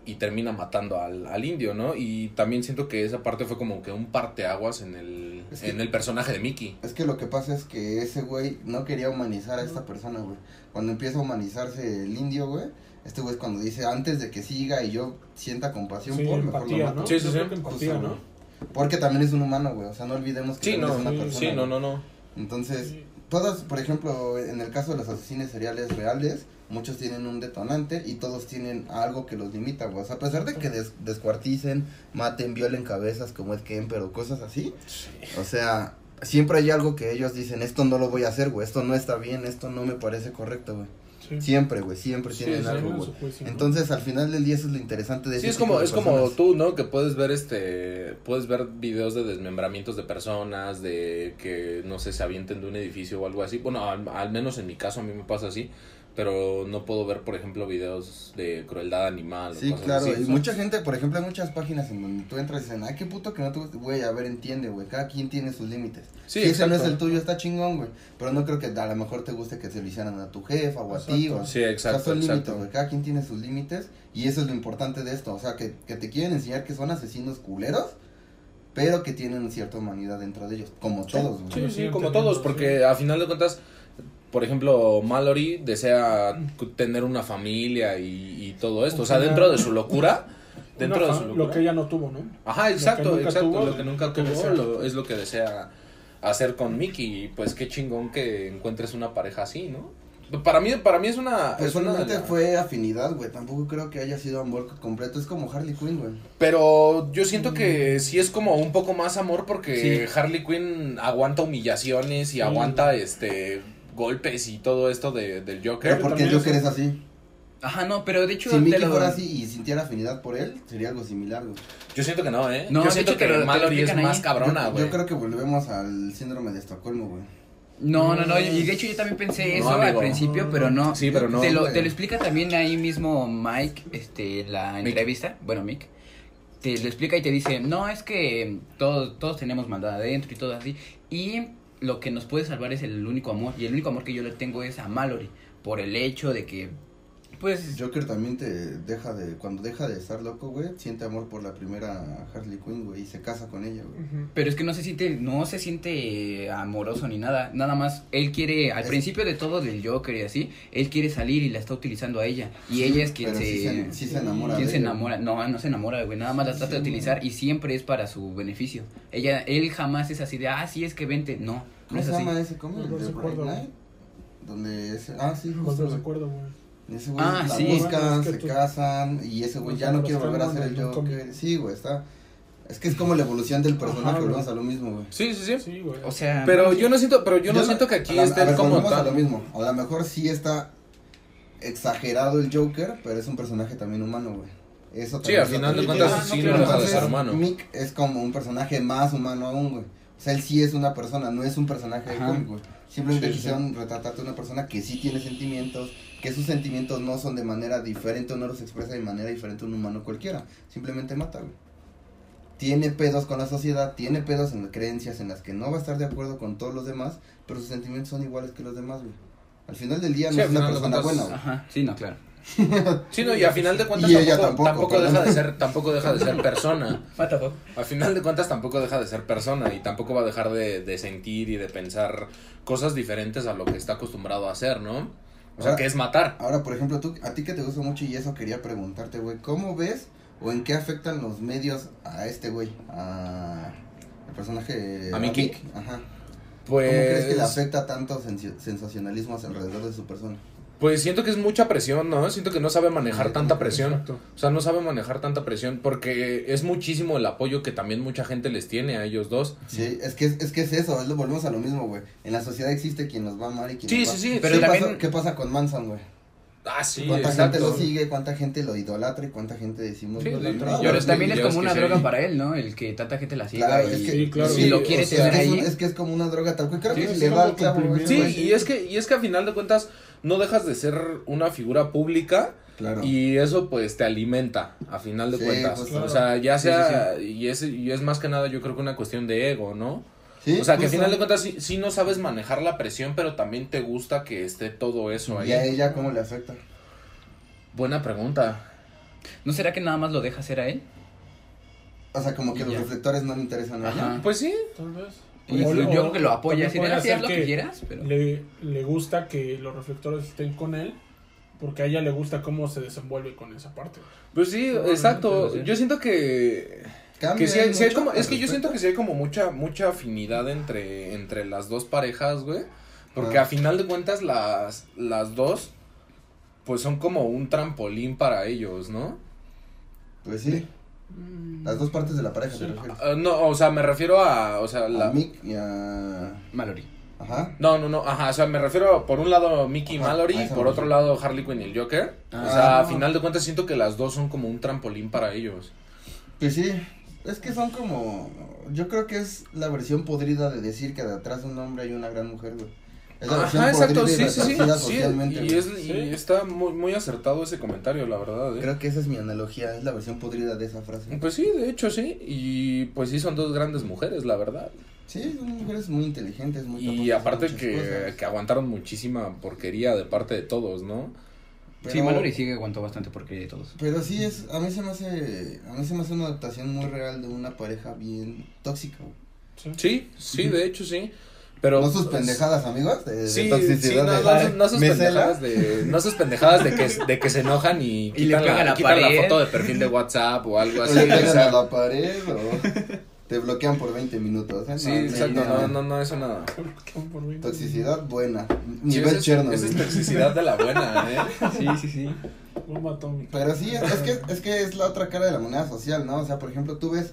Speaker 1: y termina matando al, al indio, ¿no? Y también siento que esa parte fue como que un parteaguas en el,
Speaker 2: Es que-
Speaker 1: en el personaje de Mickey.
Speaker 2: Es que lo que pasa es que ese güey no quería humanizar a esta persona, güey. Cuando empieza a humanizarse el indio, güey, este güey es cuando dice, antes de que siga y yo sienta compasión
Speaker 4: Sí,
Speaker 2: por, mejor lo Pues,
Speaker 4: empatía,
Speaker 2: mato.
Speaker 4: ¿no?
Speaker 1: Sí, sí,
Speaker 4: Yo
Speaker 1: sí.
Speaker 4: creo que empatía,
Speaker 2: Justo,
Speaker 4: ¿no?
Speaker 2: Porque también es un humano, güey. O sea, no olvidemos que
Speaker 1: Sí,
Speaker 2: también
Speaker 1: no,
Speaker 2: es una
Speaker 4: sí,
Speaker 2: persona.
Speaker 1: sí, no,
Speaker 2: güey.
Speaker 1: no, no.
Speaker 2: Entonces,
Speaker 4: Sí.
Speaker 2: todas, por ejemplo, en el caso de los asesinos seriales reales, muchos tienen un detonante y todos tienen algo que los limita, güey. O sea, a pesar de que des- descuarticen, maten, violen cabezas, como es que pero cosas así. O sea, siempre hay algo que ellos dicen, esto no lo voy a hacer, güey, esto no está bien, esto no me parece correcto, güey.
Speaker 4: Sí.
Speaker 2: Siempre, güey, siempre
Speaker 1: Sí,
Speaker 2: tienen
Speaker 1: sí,
Speaker 2: algo,
Speaker 4: en
Speaker 2: güey.
Speaker 4: su juicio, ¿no?
Speaker 2: Entonces, al final del día, eso es lo interesante de
Speaker 1: Sí,
Speaker 2: ese
Speaker 1: es
Speaker 2: tipo
Speaker 1: como,
Speaker 2: de
Speaker 1: es como
Speaker 2: personas.
Speaker 1: tú, ¿no? Que puedes ver este, puedes ver videos de desmembramientos de personas, de que, no sé, se avienten de un edificio o algo así. Bueno, al, al menos en mi caso a mí me pasa así, pero no puedo ver, por ejemplo, videos de crueldad animal. o
Speaker 2: Sí,
Speaker 1: cosas
Speaker 2: claro,
Speaker 1: así.
Speaker 2: y mucha gente, por ejemplo, hay muchas páginas en donde tú entras y dicen, ay, qué puto que no te gusta". Güey, a ver, entiende, güey, cada quien tiene sus límites.
Speaker 1: Sí,
Speaker 2: si ese no es
Speaker 1: exacto.
Speaker 2: el tuyo, está chingón, güey. Pero no creo que a lo mejor te guste que se lo hicieran a tu jefa o a ti.
Speaker 4: Exacto.
Speaker 1: Sí,
Speaker 2: O... o sea,
Speaker 1: exacto,
Speaker 2: son límites,
Speaker 1: exacto.
Speaker 2: güey, cada quien tiene sus límites y eso es lo importante de esto. O sea, que, que te quieren enseñar que son asesinos culeros, pero que tienen cierta humanidad dentro de ellos, como todos, güey.
Speaker 1: Sí,
Speaker 4: Lo
Speaker 1: sí,
Speaker 4: siguen
Speaker 1: como
Speaker 4: teniendo,
Speaker 1: todos, porque
Speaker 4: sí.
Speaker 1: a final de cuentas, por ejemplo, Mallory desea cu- tener una familia y, y todo esto. O sea,
Speaker 4: Una-
Speaker 1: dentro de su locura, dentro
Speaker 4: Una
Speaker 1: de
Speaker 4: fa-
Speaker 1: su locura.
Speaker 4: Lo que ella no tuvo, ¿no?
Speaker 1: Ajá, exacto,
Speaker 4: nunca
Speaker 1: exacto.
Speaker 4: tuvo,
Speaker 1: lo que nunca
Speaker 4: lo que
Speaker 1: tuvo
Speaker 4: desea.
Speaker 1: lo- es lo que desea hacer con Mickey. Y pues qué chingón que encuentres una pareja así, ¿no? Para mí, para mí es una. es una de
Speaker 2: Personalmente
Speaker 1: la-
Speaker 2: fue afinidad, güey. Tampoco creo que haya sido amor completo. Es como Harley Quinn, güey.
Speaker 1: Pero yo siento que sí es como un poco más amor porque
Speaker 3: Sí.
Speaker 1: Harley Quinn aguanta humillaciones y
Speaker 4: Sí.
Speaker 1: aguanta este golpes y todo esto de, del Joker.
Speaker 2: Pero porque
Speaker 4: también
Speaker 2: yo
Speaker 4: es-
Speaker 2: que eres así.
Speaker 3: Ajá, no, pero de este hecho.
Speaker 2: Si
Speaker 3: te
Speaker 2: Mickey
Speaker 3: lo-
Speaker 2: fuera así y sintiera afinidad por él, sería algo similar, güey.
Speaker 1: Yo siento que no, ¿eh?
Speaker 3: No,
Speaker 1: yo
Speaker 3: de
Speaker 1: siento
Speaker 3: hecho te
Speaker 1: que
Speaker 3: lo- te lo
Speaker 1: Mallory es
Speaker 3: explican
Speaker 1: más
Speaker 3: ahí.
Speaker 1: cabrona,
Speaker 2: Yo-
Speaker 1: güey.
Speaker 2: Yo creo que volvemos al síndrome de Estocolmo, güey.
Speaker 3: No, no, no. Y de hecho yo también pensé
Speaker 1: Mm. No,
Speaker 3: eso al
Speaker 1: amigo.
Speaker 3: principio, pero no.
Speaker 1: Sí, pero no,
Speaker 3: Te lo,
Speaker 2: güey.
Speaker 3: te lo explica también ahí mismo Mike, este, en la
Speaker 1: Mick.
Speaker 3: entrevista. Bueno, Mick. Te lo explica y te dice, no, es que todos, todos tenemos maldad adentro y todo así. Y lo que nos puede salvar es el único amor. Y el único amor que yo le tengo es a Mallory. Por el hecho de que, pues,
Speaker 2: Joker también te deja de. Cuando deja de estar loco, güey, siente amor por la primera Harley Quinn, güey, y se casa con ella, güey.
Speaker 3: Pero es que no se siente, no se siente eh, amoroso ni nada, nada más, él quiere, al
Speaker 2: Es-
Speaker 3: principio de todo del Joker y así, él quiere salir y la está utilizando a ella, y ella es quien
Speaker 2: Pero
Speaker 3: se,
Speaker 2: sí se, sí se enamora.
Speaker 3: quien
Speaker 2: de
Speaker 3: se
Speaker 2: ella.
Speaker 3: enamora, no, no se enamora, güey, nada más la trata de utilizar y siempre es para su beneficio, ella, él jamás es así de, ah, sí, es que vente, no, no
Speaker 2: ¿Cómo
Speaker 3: es
Speaker 2: se
Speaker 3: así,
Speaker 2: llama ese cómic?
Speaker 4: No
Speaker 2: ¿De Bright
Speaker 4: recuerdo.
Speaker 2: Night? Donde ese. Ah, sí,
Speaker 4: Cuando
Speaker 2: justo.
Speaker 4: los
Speaker 2: güey.
Speaker 4: acuerdo, güey.
Speaker 2: Ese güey
Speaker 3: Ah,
Speaker 2: la
Speaker 3: sí.
Speaker 2: buscan,
Speaker 4: Es que
Speaker 2: se
Speaker 4: tú-
Speaker 2: casan y ese güey ya
Speaker 4: Los
Speaker 2: no quiere volver a
Speaker 4: transforman
Speaker 2: ser el
Speaker 4: en un
Speaker 2: Joker.
Speaker 4: cómic.
Speaker 2: Sí, güey, está. Es que es como la evolución del personaje,
Speaker 4: güey.
Speaker 2: volvemos a lo mismo, güey.
Speaker 1: Sí, sí, sí.
Speaker 4: Sí, güey.
Speaker 3: o sea,
Speaker 1: Pero yo no siento, pero yo no
Speaker 2: Yo
Speaker 1: siento que aquí
Speaker 2: a la- a
Speaker 1: esté
Speaker 2: ver,
Speaker 1: como
Speaker 2: volvemos a lo
Speaker 1: tal.
Speaker 2: mismo. A lo mejor sí está exagerado el Joker, pero es un personaje también humano, güey. Eso
Speaker 1: Sí,
Speaker 2: también
Speaker 1: al
Speaker 2: es
Speaker 1: final
Speaker 2: otro
Speaker 1: de
Speaker 2: tipo
Speaker 1: cuentas
Speaker 3: Ah, no,
Speaker 1: sí no
Speaker 3: claro.
Speaker 1: deja de
Speaker 2: Entonces,
Speaker 1: ser humano.
Speaker 2: Mick es como un personaje más humano aún, güey. O sea, él sí es una persona, no es un personaje de
Speaker 3: Ajá.
Speaker 2: cómic, güey. Simplemente
Speaker 1: Sí, sí.
Speaker 2: quisieron retratarte una persona que sí tiene sentimientos, que sus sentimientos no son de manera diferente o no los expresa de manera diferente a un humano cualquiera. Simplemente mata, güey. Tiene pedos con la sociedad, tiene pedos en las creencias en las que no va a estar de acuerdo con todos los demás, pero sus sentimientos son iguales que los demás, güey. Al final del día no
Speaker 1: Sí,
Speaker 2: es
Speaker 1: al
Speaker 2: una
Speaker 1: final de
Speaker 2: persona
Speaker 1: cuentas,
Speaker 2: buena, güey.
Speaker 3: Ajá, sí, no, claro,
Speaker 1: Sí, no, y a final de cuentas
Speaker 2: Y ella
Speaker 1: tampoco,
Speaker 2: tampoco,
Speaker 1: tampoco
Speaker 2: perdón.
Speaker 1: deja de ser, tampoco deja de ser persona. A final de cuentas tampoco deja de ser persona y tampoco va a dejar de, de sentir y de pensar cosas diferentes a lo que está acostumbrado a hacer, ¿no? O sea,
Speaker 2: Ahora-
Speaker 1: que es matar.
Speaker 2: Ahora, por ejemplo, tú, a ti que te gusta mucho y eso quería preguntarte, güey, ¿cómo ves o en qué afectan los medios a este güey? A el personaje...
Speaker 1: ¿A Mickey?
Speaker 2: Ajá. ¿Cómo
Speaker 1: Pues,
Speaker 2: crees que le afecta tanto sensi- sensacionalismo alrededor de su persona?
Speaker 1: pues siento que es mucha presión, ¿no? Siento que no sabe manejar
Speaker 2: Sí,
Speaker 1: tanta presión.
Speaker 4: Exacto.
Speaker 1: O sea, no sabe manejar tanta presión porque es muchísimo el apoyo que también mucha gente les tiene a ellos dos.
Speaker 2: Sí, es que es, es que es eso, es lo, volvemos a lo mismo, güey. En la sociedad existe quien nos va a amar y quien
Speaker 1: Sí,
Speaker 2: nos va-
Speaker 1: sí, sí,
Speaker 2: ¿Qué
Speaker 1: pero
Speaker 2: pasa-
Speaker 1: también-
Speaker 2: ¿Qué pasa con Manson, güey?
Speaker 1: Ah, sí,
Speaker 2: ¿Cuánta gente
Speaker 1: exacto.
Speaker 2: lo sigue? ¿Cuánta gente lo idolatra? ¿Y cuánta gente decimos
Speaker 1: Sí,
Speaker 2: lo
Speaker 1: sí, sí,
Speaker 2: idolatra? güey?
Speaker 3: pero también es
Speaker 1: Dios
Speaker 3: como una
Speaker 1: que sí.
Speaker 3: droga para él, ¿no? El que tanta gente la siga
Speaker 2: Claro,
Speaker 3: y,
Speaker 2: es que,
Speaker 4: Sí, claro.
Speaker 3: y lo
Speaker 4: sí,
Speaker 3: quiere
Speaker 2: o sea,
Speaker 3: tener
Speaker 2: es, un-
Speaker 3: ahí,
Speaker 2: es que es como una droga tal cual. Creo
Speaker 4: Sí,
Speaker 2: que
Speaker 4: es
Speaker 2: le va
Speaker 4: algo
Speaker 2: al clavo, güey,
Speaker 4: cumplimiento.
Speaker 1: Sí,
Speaker 2: güey.
Speaker 1: y es que, y es que a final de cuentas no dejas de ser una figura pública
Speaker 2: Claro.
Speaker 1: y eso pues te alimenta a final de
Speaker 2: Sí,
Speaker 1: cuentas.
Speaker 2: pues,
Speaker 1: O
Speaker 4: claro.
Speaker 1: sea, ya
Speaker 3: Sí,
Speaker 1: sea, Y, es, y es más que nada yo creo que una cuestión de ego, ¿no?
Speaker 2: Sí,
Speaker 1: o sea, que al
Speaker 2: justo.
Speaker 1: final de cuentas sí, sí no sabes manejar la presión, pero también te gusta que esté todo eso ahí.
Speaker 2: ¿Y a ella cómo le afecta?
Speaker 1: Buena pregunta.
Speaker 3: ¿No será que nada más lo deja hacer a él?
Speaker 2: O sea, como que los
Speaker 3: Ya.
Speaker 2: reflectores no le interesan a ella.
Speaker 3: Ajá.
Speaker 1: Pues sí.
Speaker 4: Tal vez.
Speaker 3: Y
Speaker 4: O-
Speaker 3: yo
Speaker 4: o-
Speaker 3: creo que lo
Speaker 4: también
Speaker 3: apoya. Si
Speaker 4: puede
Speaker 3: de
Speaker 4: ser
Speaker 3: hacer lo que quieras, pero.
Speaker 4: le, le gusta que los reflectores estén con él, porque a ella le gusta cómo se desenvuelve con esa parte.
Speaker 1: Pues sí,
Speaker 4: Probablemente
Speaker 1: exacto.
Speaker 3: lo sea.
Speaker 1: Yo siento que. Que
Speaker 2: Cambian
Speaker 1: sí hay- sí hay
Speaker 2: mucho
Speaker 1: como-
Speaker 2: al
Speaker 1: es que yo
Speaker 2: respecto.
Speaker 1: siento que sí hay como mucha, mucha afinidad entre, entre las dos parejas, güey. Porque
Speaker 2: Ah.
Speaker 1: a final de cuentas las, las dos, pues son como un trampolín para ellos, ¿no?
Speaker 2: Pues sí.
Speaker 1: Mm.
Speaker 2: Las dos partes de la pareja, te refieres.
Speaker 1: Ah, no, o sea, me refiero a, o sea, la...
Speaker 2: A Mick y a.
Speaker 3: Mallory.
Speaker 2: Ajá.
Speaker 1: No, no, no, ajá, o sea, me refiero por un lado Mickey y
Speaker 2: Ajá,
Speaker 1: Mallory
Speaker 2: a
Speaker 1: y
Speaker 2: esa
Speaker 1: por
Speaker 2: me
Speaker 1: otro
Speaker 2: refiero.
Speaker 1: lado Harley Quinn y el Joker. o
Speaker 3: Ah.
Speaker 1: sea, a final de cuentas siento que las dos son como un trampolín para ellos.
Speaker 2: Pues sí. Es que son como. Yo creo que es la versión podrida de decir que detrás de un hombre hay una gran mujer, güey. Es la versión
Speaker 1: Ajá, exacto,
Speaker 2: podrida
Speaker 1: sí,
Speaker 2: y
Speaker 1: sí, sí.
Speaker 2: retorcida
Speaker 1: sí,
Speaker 2: socialmente,
Speaker 1: y,
Speaker 2: güey.
Speaker 1: es- y está muy, muy acertado ese comentario, la verdad. ¿eh?
Speaker 2: Creo que esa es mi analogía, es la versión podrida de esa frase.
Speaker 1: Pues sí, de hecho sí. Y pues sí, son dos grandes mujeres, la verdad.
Speaker 2: Sí, son mujeres muy inteligentes, muy capaces
Speaker 1: Y
Speaker 2: de
Speaker 1: aparte
Speaker 2: muchas
Speaker 1: que,
Speaker 2: cosas.
Speaker 1: que aguantaron muchísima porquería de parte de todos, ¿no?
Speaker 3: Sí,
Speaker 2: Pero-
Speaker 3: Mallory sí que aguantó bastante porquería de todos.
Speaker 2: Pero sí es, a mí se me hace, a mí se me hace una adaptación muy real de una pareja bien tóxica. güey.
Speaker 4: Sí.
Speaker 1: Sí, sí, de hecho sí. Pero, pues,
Speaker 2: no sus pendejadas, amigos, de, de
Speaker 1: Sí, sí,
Speaker 2: toxicidad.
Speaker 1: no,
Speaker 2: de-
Speaker 1: no, no sus
Speaker 2: ¿Me
Speaker 1: pendejadas
Speaker 2: cela?
Speaker 1: de, no sus pendejadas de que, de que se enojan y
Speaker 3: Y le
Speaker 1: quitan,
Speaker 3: pega
Speaker 1: la,
Speaker 3: la
Speaker 1: quitan la
Speaker 3: pared.
Speaker 1: foto de perfil de WhatsApp o algo
Speaker 2: O
Speaker 1: así.
Speaker 2: le
Speaker 1: o
Speaker 2: pegan
Speaker 1: sea,
Speaker 2: a la pared o te bloquean por 20 minutos. ¿eh?
Speaker 1: sí,
Speaker 2: No,
Speaker 1: exacto,
Speaker 2: no,
Speaker 1: no, no, no, eso nada.
Speaker 4: Por mí.
Speaker 2: Toxicidad buena,
Speaker 1: Sí, esa
Speaker 2: nivel
Speaker 1: es-
Speaker 2: Chernobyl.
Speaker 1: Esa es toxicidad de la buena, ¿eh?
Speaker 3: Sí, sí, sí.
Speaker 4: Bomba atómica.
Speaker 2: Pero sí, es es que, es que es la otra cara de la moneda social, ¿no? O sea, por ejemplo, tú ves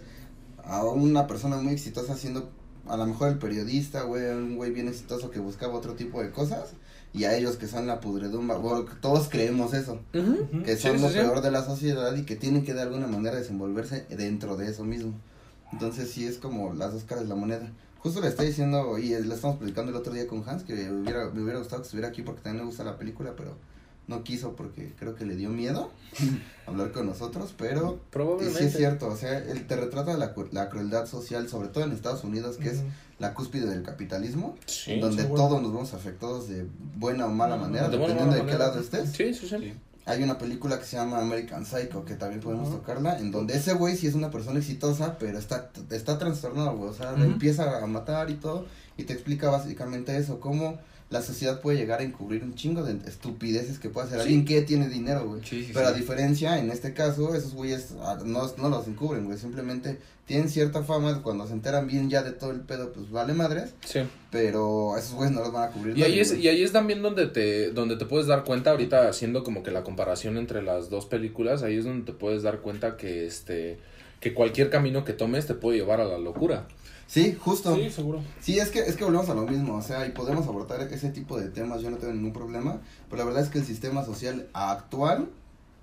Speaker 2: a una persona muy exitosa siendo a lo mejor el periodista, güey, un güey bien exitoso que buscaba otro tipo de cosas, y a ellos que son la pudredumba, bueno, que todos creemos eso,
Speaker 1: Ujú.
Speaker 4: Ujú.
Speaker 2: que
Speaker 1: Sí,
Speaker 2: son
Speaker 1: sí,
Speaker 2: lo
Speaker 1: sí.
Speaker 2: peor de la sociedad y que tienen que de alguna manera desenvolverse dentro de eso mismo. Entonces sí es como las dos caras de la moneda. Justo le estoy diciendo, y es- le estamos platicando el otro día con Hans, que hubiera, me hubiera gustado que estuviera aquí porque también le gusta la película, pero no quiso porque creo que le dio miedo hablar con nosotros, pero y sí
Speaker 1: Probablemente.
Speaker 2: es cierto, o sea, él te retrata la, cu- la crueldad social, sobre todo en Estados Unidos, que es la cúspide del capitalismo,
Speaker 1: Sí,
Speaker 2: donde
Speaker 4: seguro.
Speaker 2: todos nos vemos afectados de buena o mala manera,
Speaker 1: de buena
Speaker 2: dependiendo de qué
Speaker 1: manera.
Speaker 2: lado estés.
Speaker 1: Sí, sí, sí.
Speaker 2: Hay una película que se llama American Psycho, que también podemos
Speaker 4: Ujú.
Speaker 2: tocarla, en donde ese güey sí es una persona exitosa, pero está, está trastornado, güey. O sea,
Speaker 1: Ujú.
Speaker 2: empieza a matar y todo, y te explica básicamente eso, cómo la sociedad puede llegar a encubrir un chingo de estupideces que puede hacer
Speaker 1: Sí.
Speaker 2: alguien que tiene dinero, güey.
Speaker 3: Sí, sí,
Speaker 2: Pero a
Speaker 3: sí.
Speaker 2: diferencia, en este caso, esos güeyes ah, no, no los encubren, güey. Simplemente tienen cierta fama, cuando se enteran bien ya de todo el pedo, pues vale madres,
Speaker 1: sí.
Speaker 2: pero a esos güeyes no los van a cubrir.
Speaker 1: Y ahí
Speaker 2: nadie,
Speaker 1: es,
Speaker 2: güey.
Speaker 1: y ahí es también donde te, donde te puedes dar cuenta, ahorita haciendo como que la comparación entre las dos películas, ahí es donde te puedes dar cuenta que este que cualquier camino que tomes te puede llevar a la locura.
Speaker 2: Sí, justo.
Speaker 4: Sí, seguro.
Speaker 2: Sí, es que, es que volvemos a lo mismo, o sea, y podemos abordar ese tipo de temas, yo no tengo ningún problema, pero la verdad es que el sistema social actual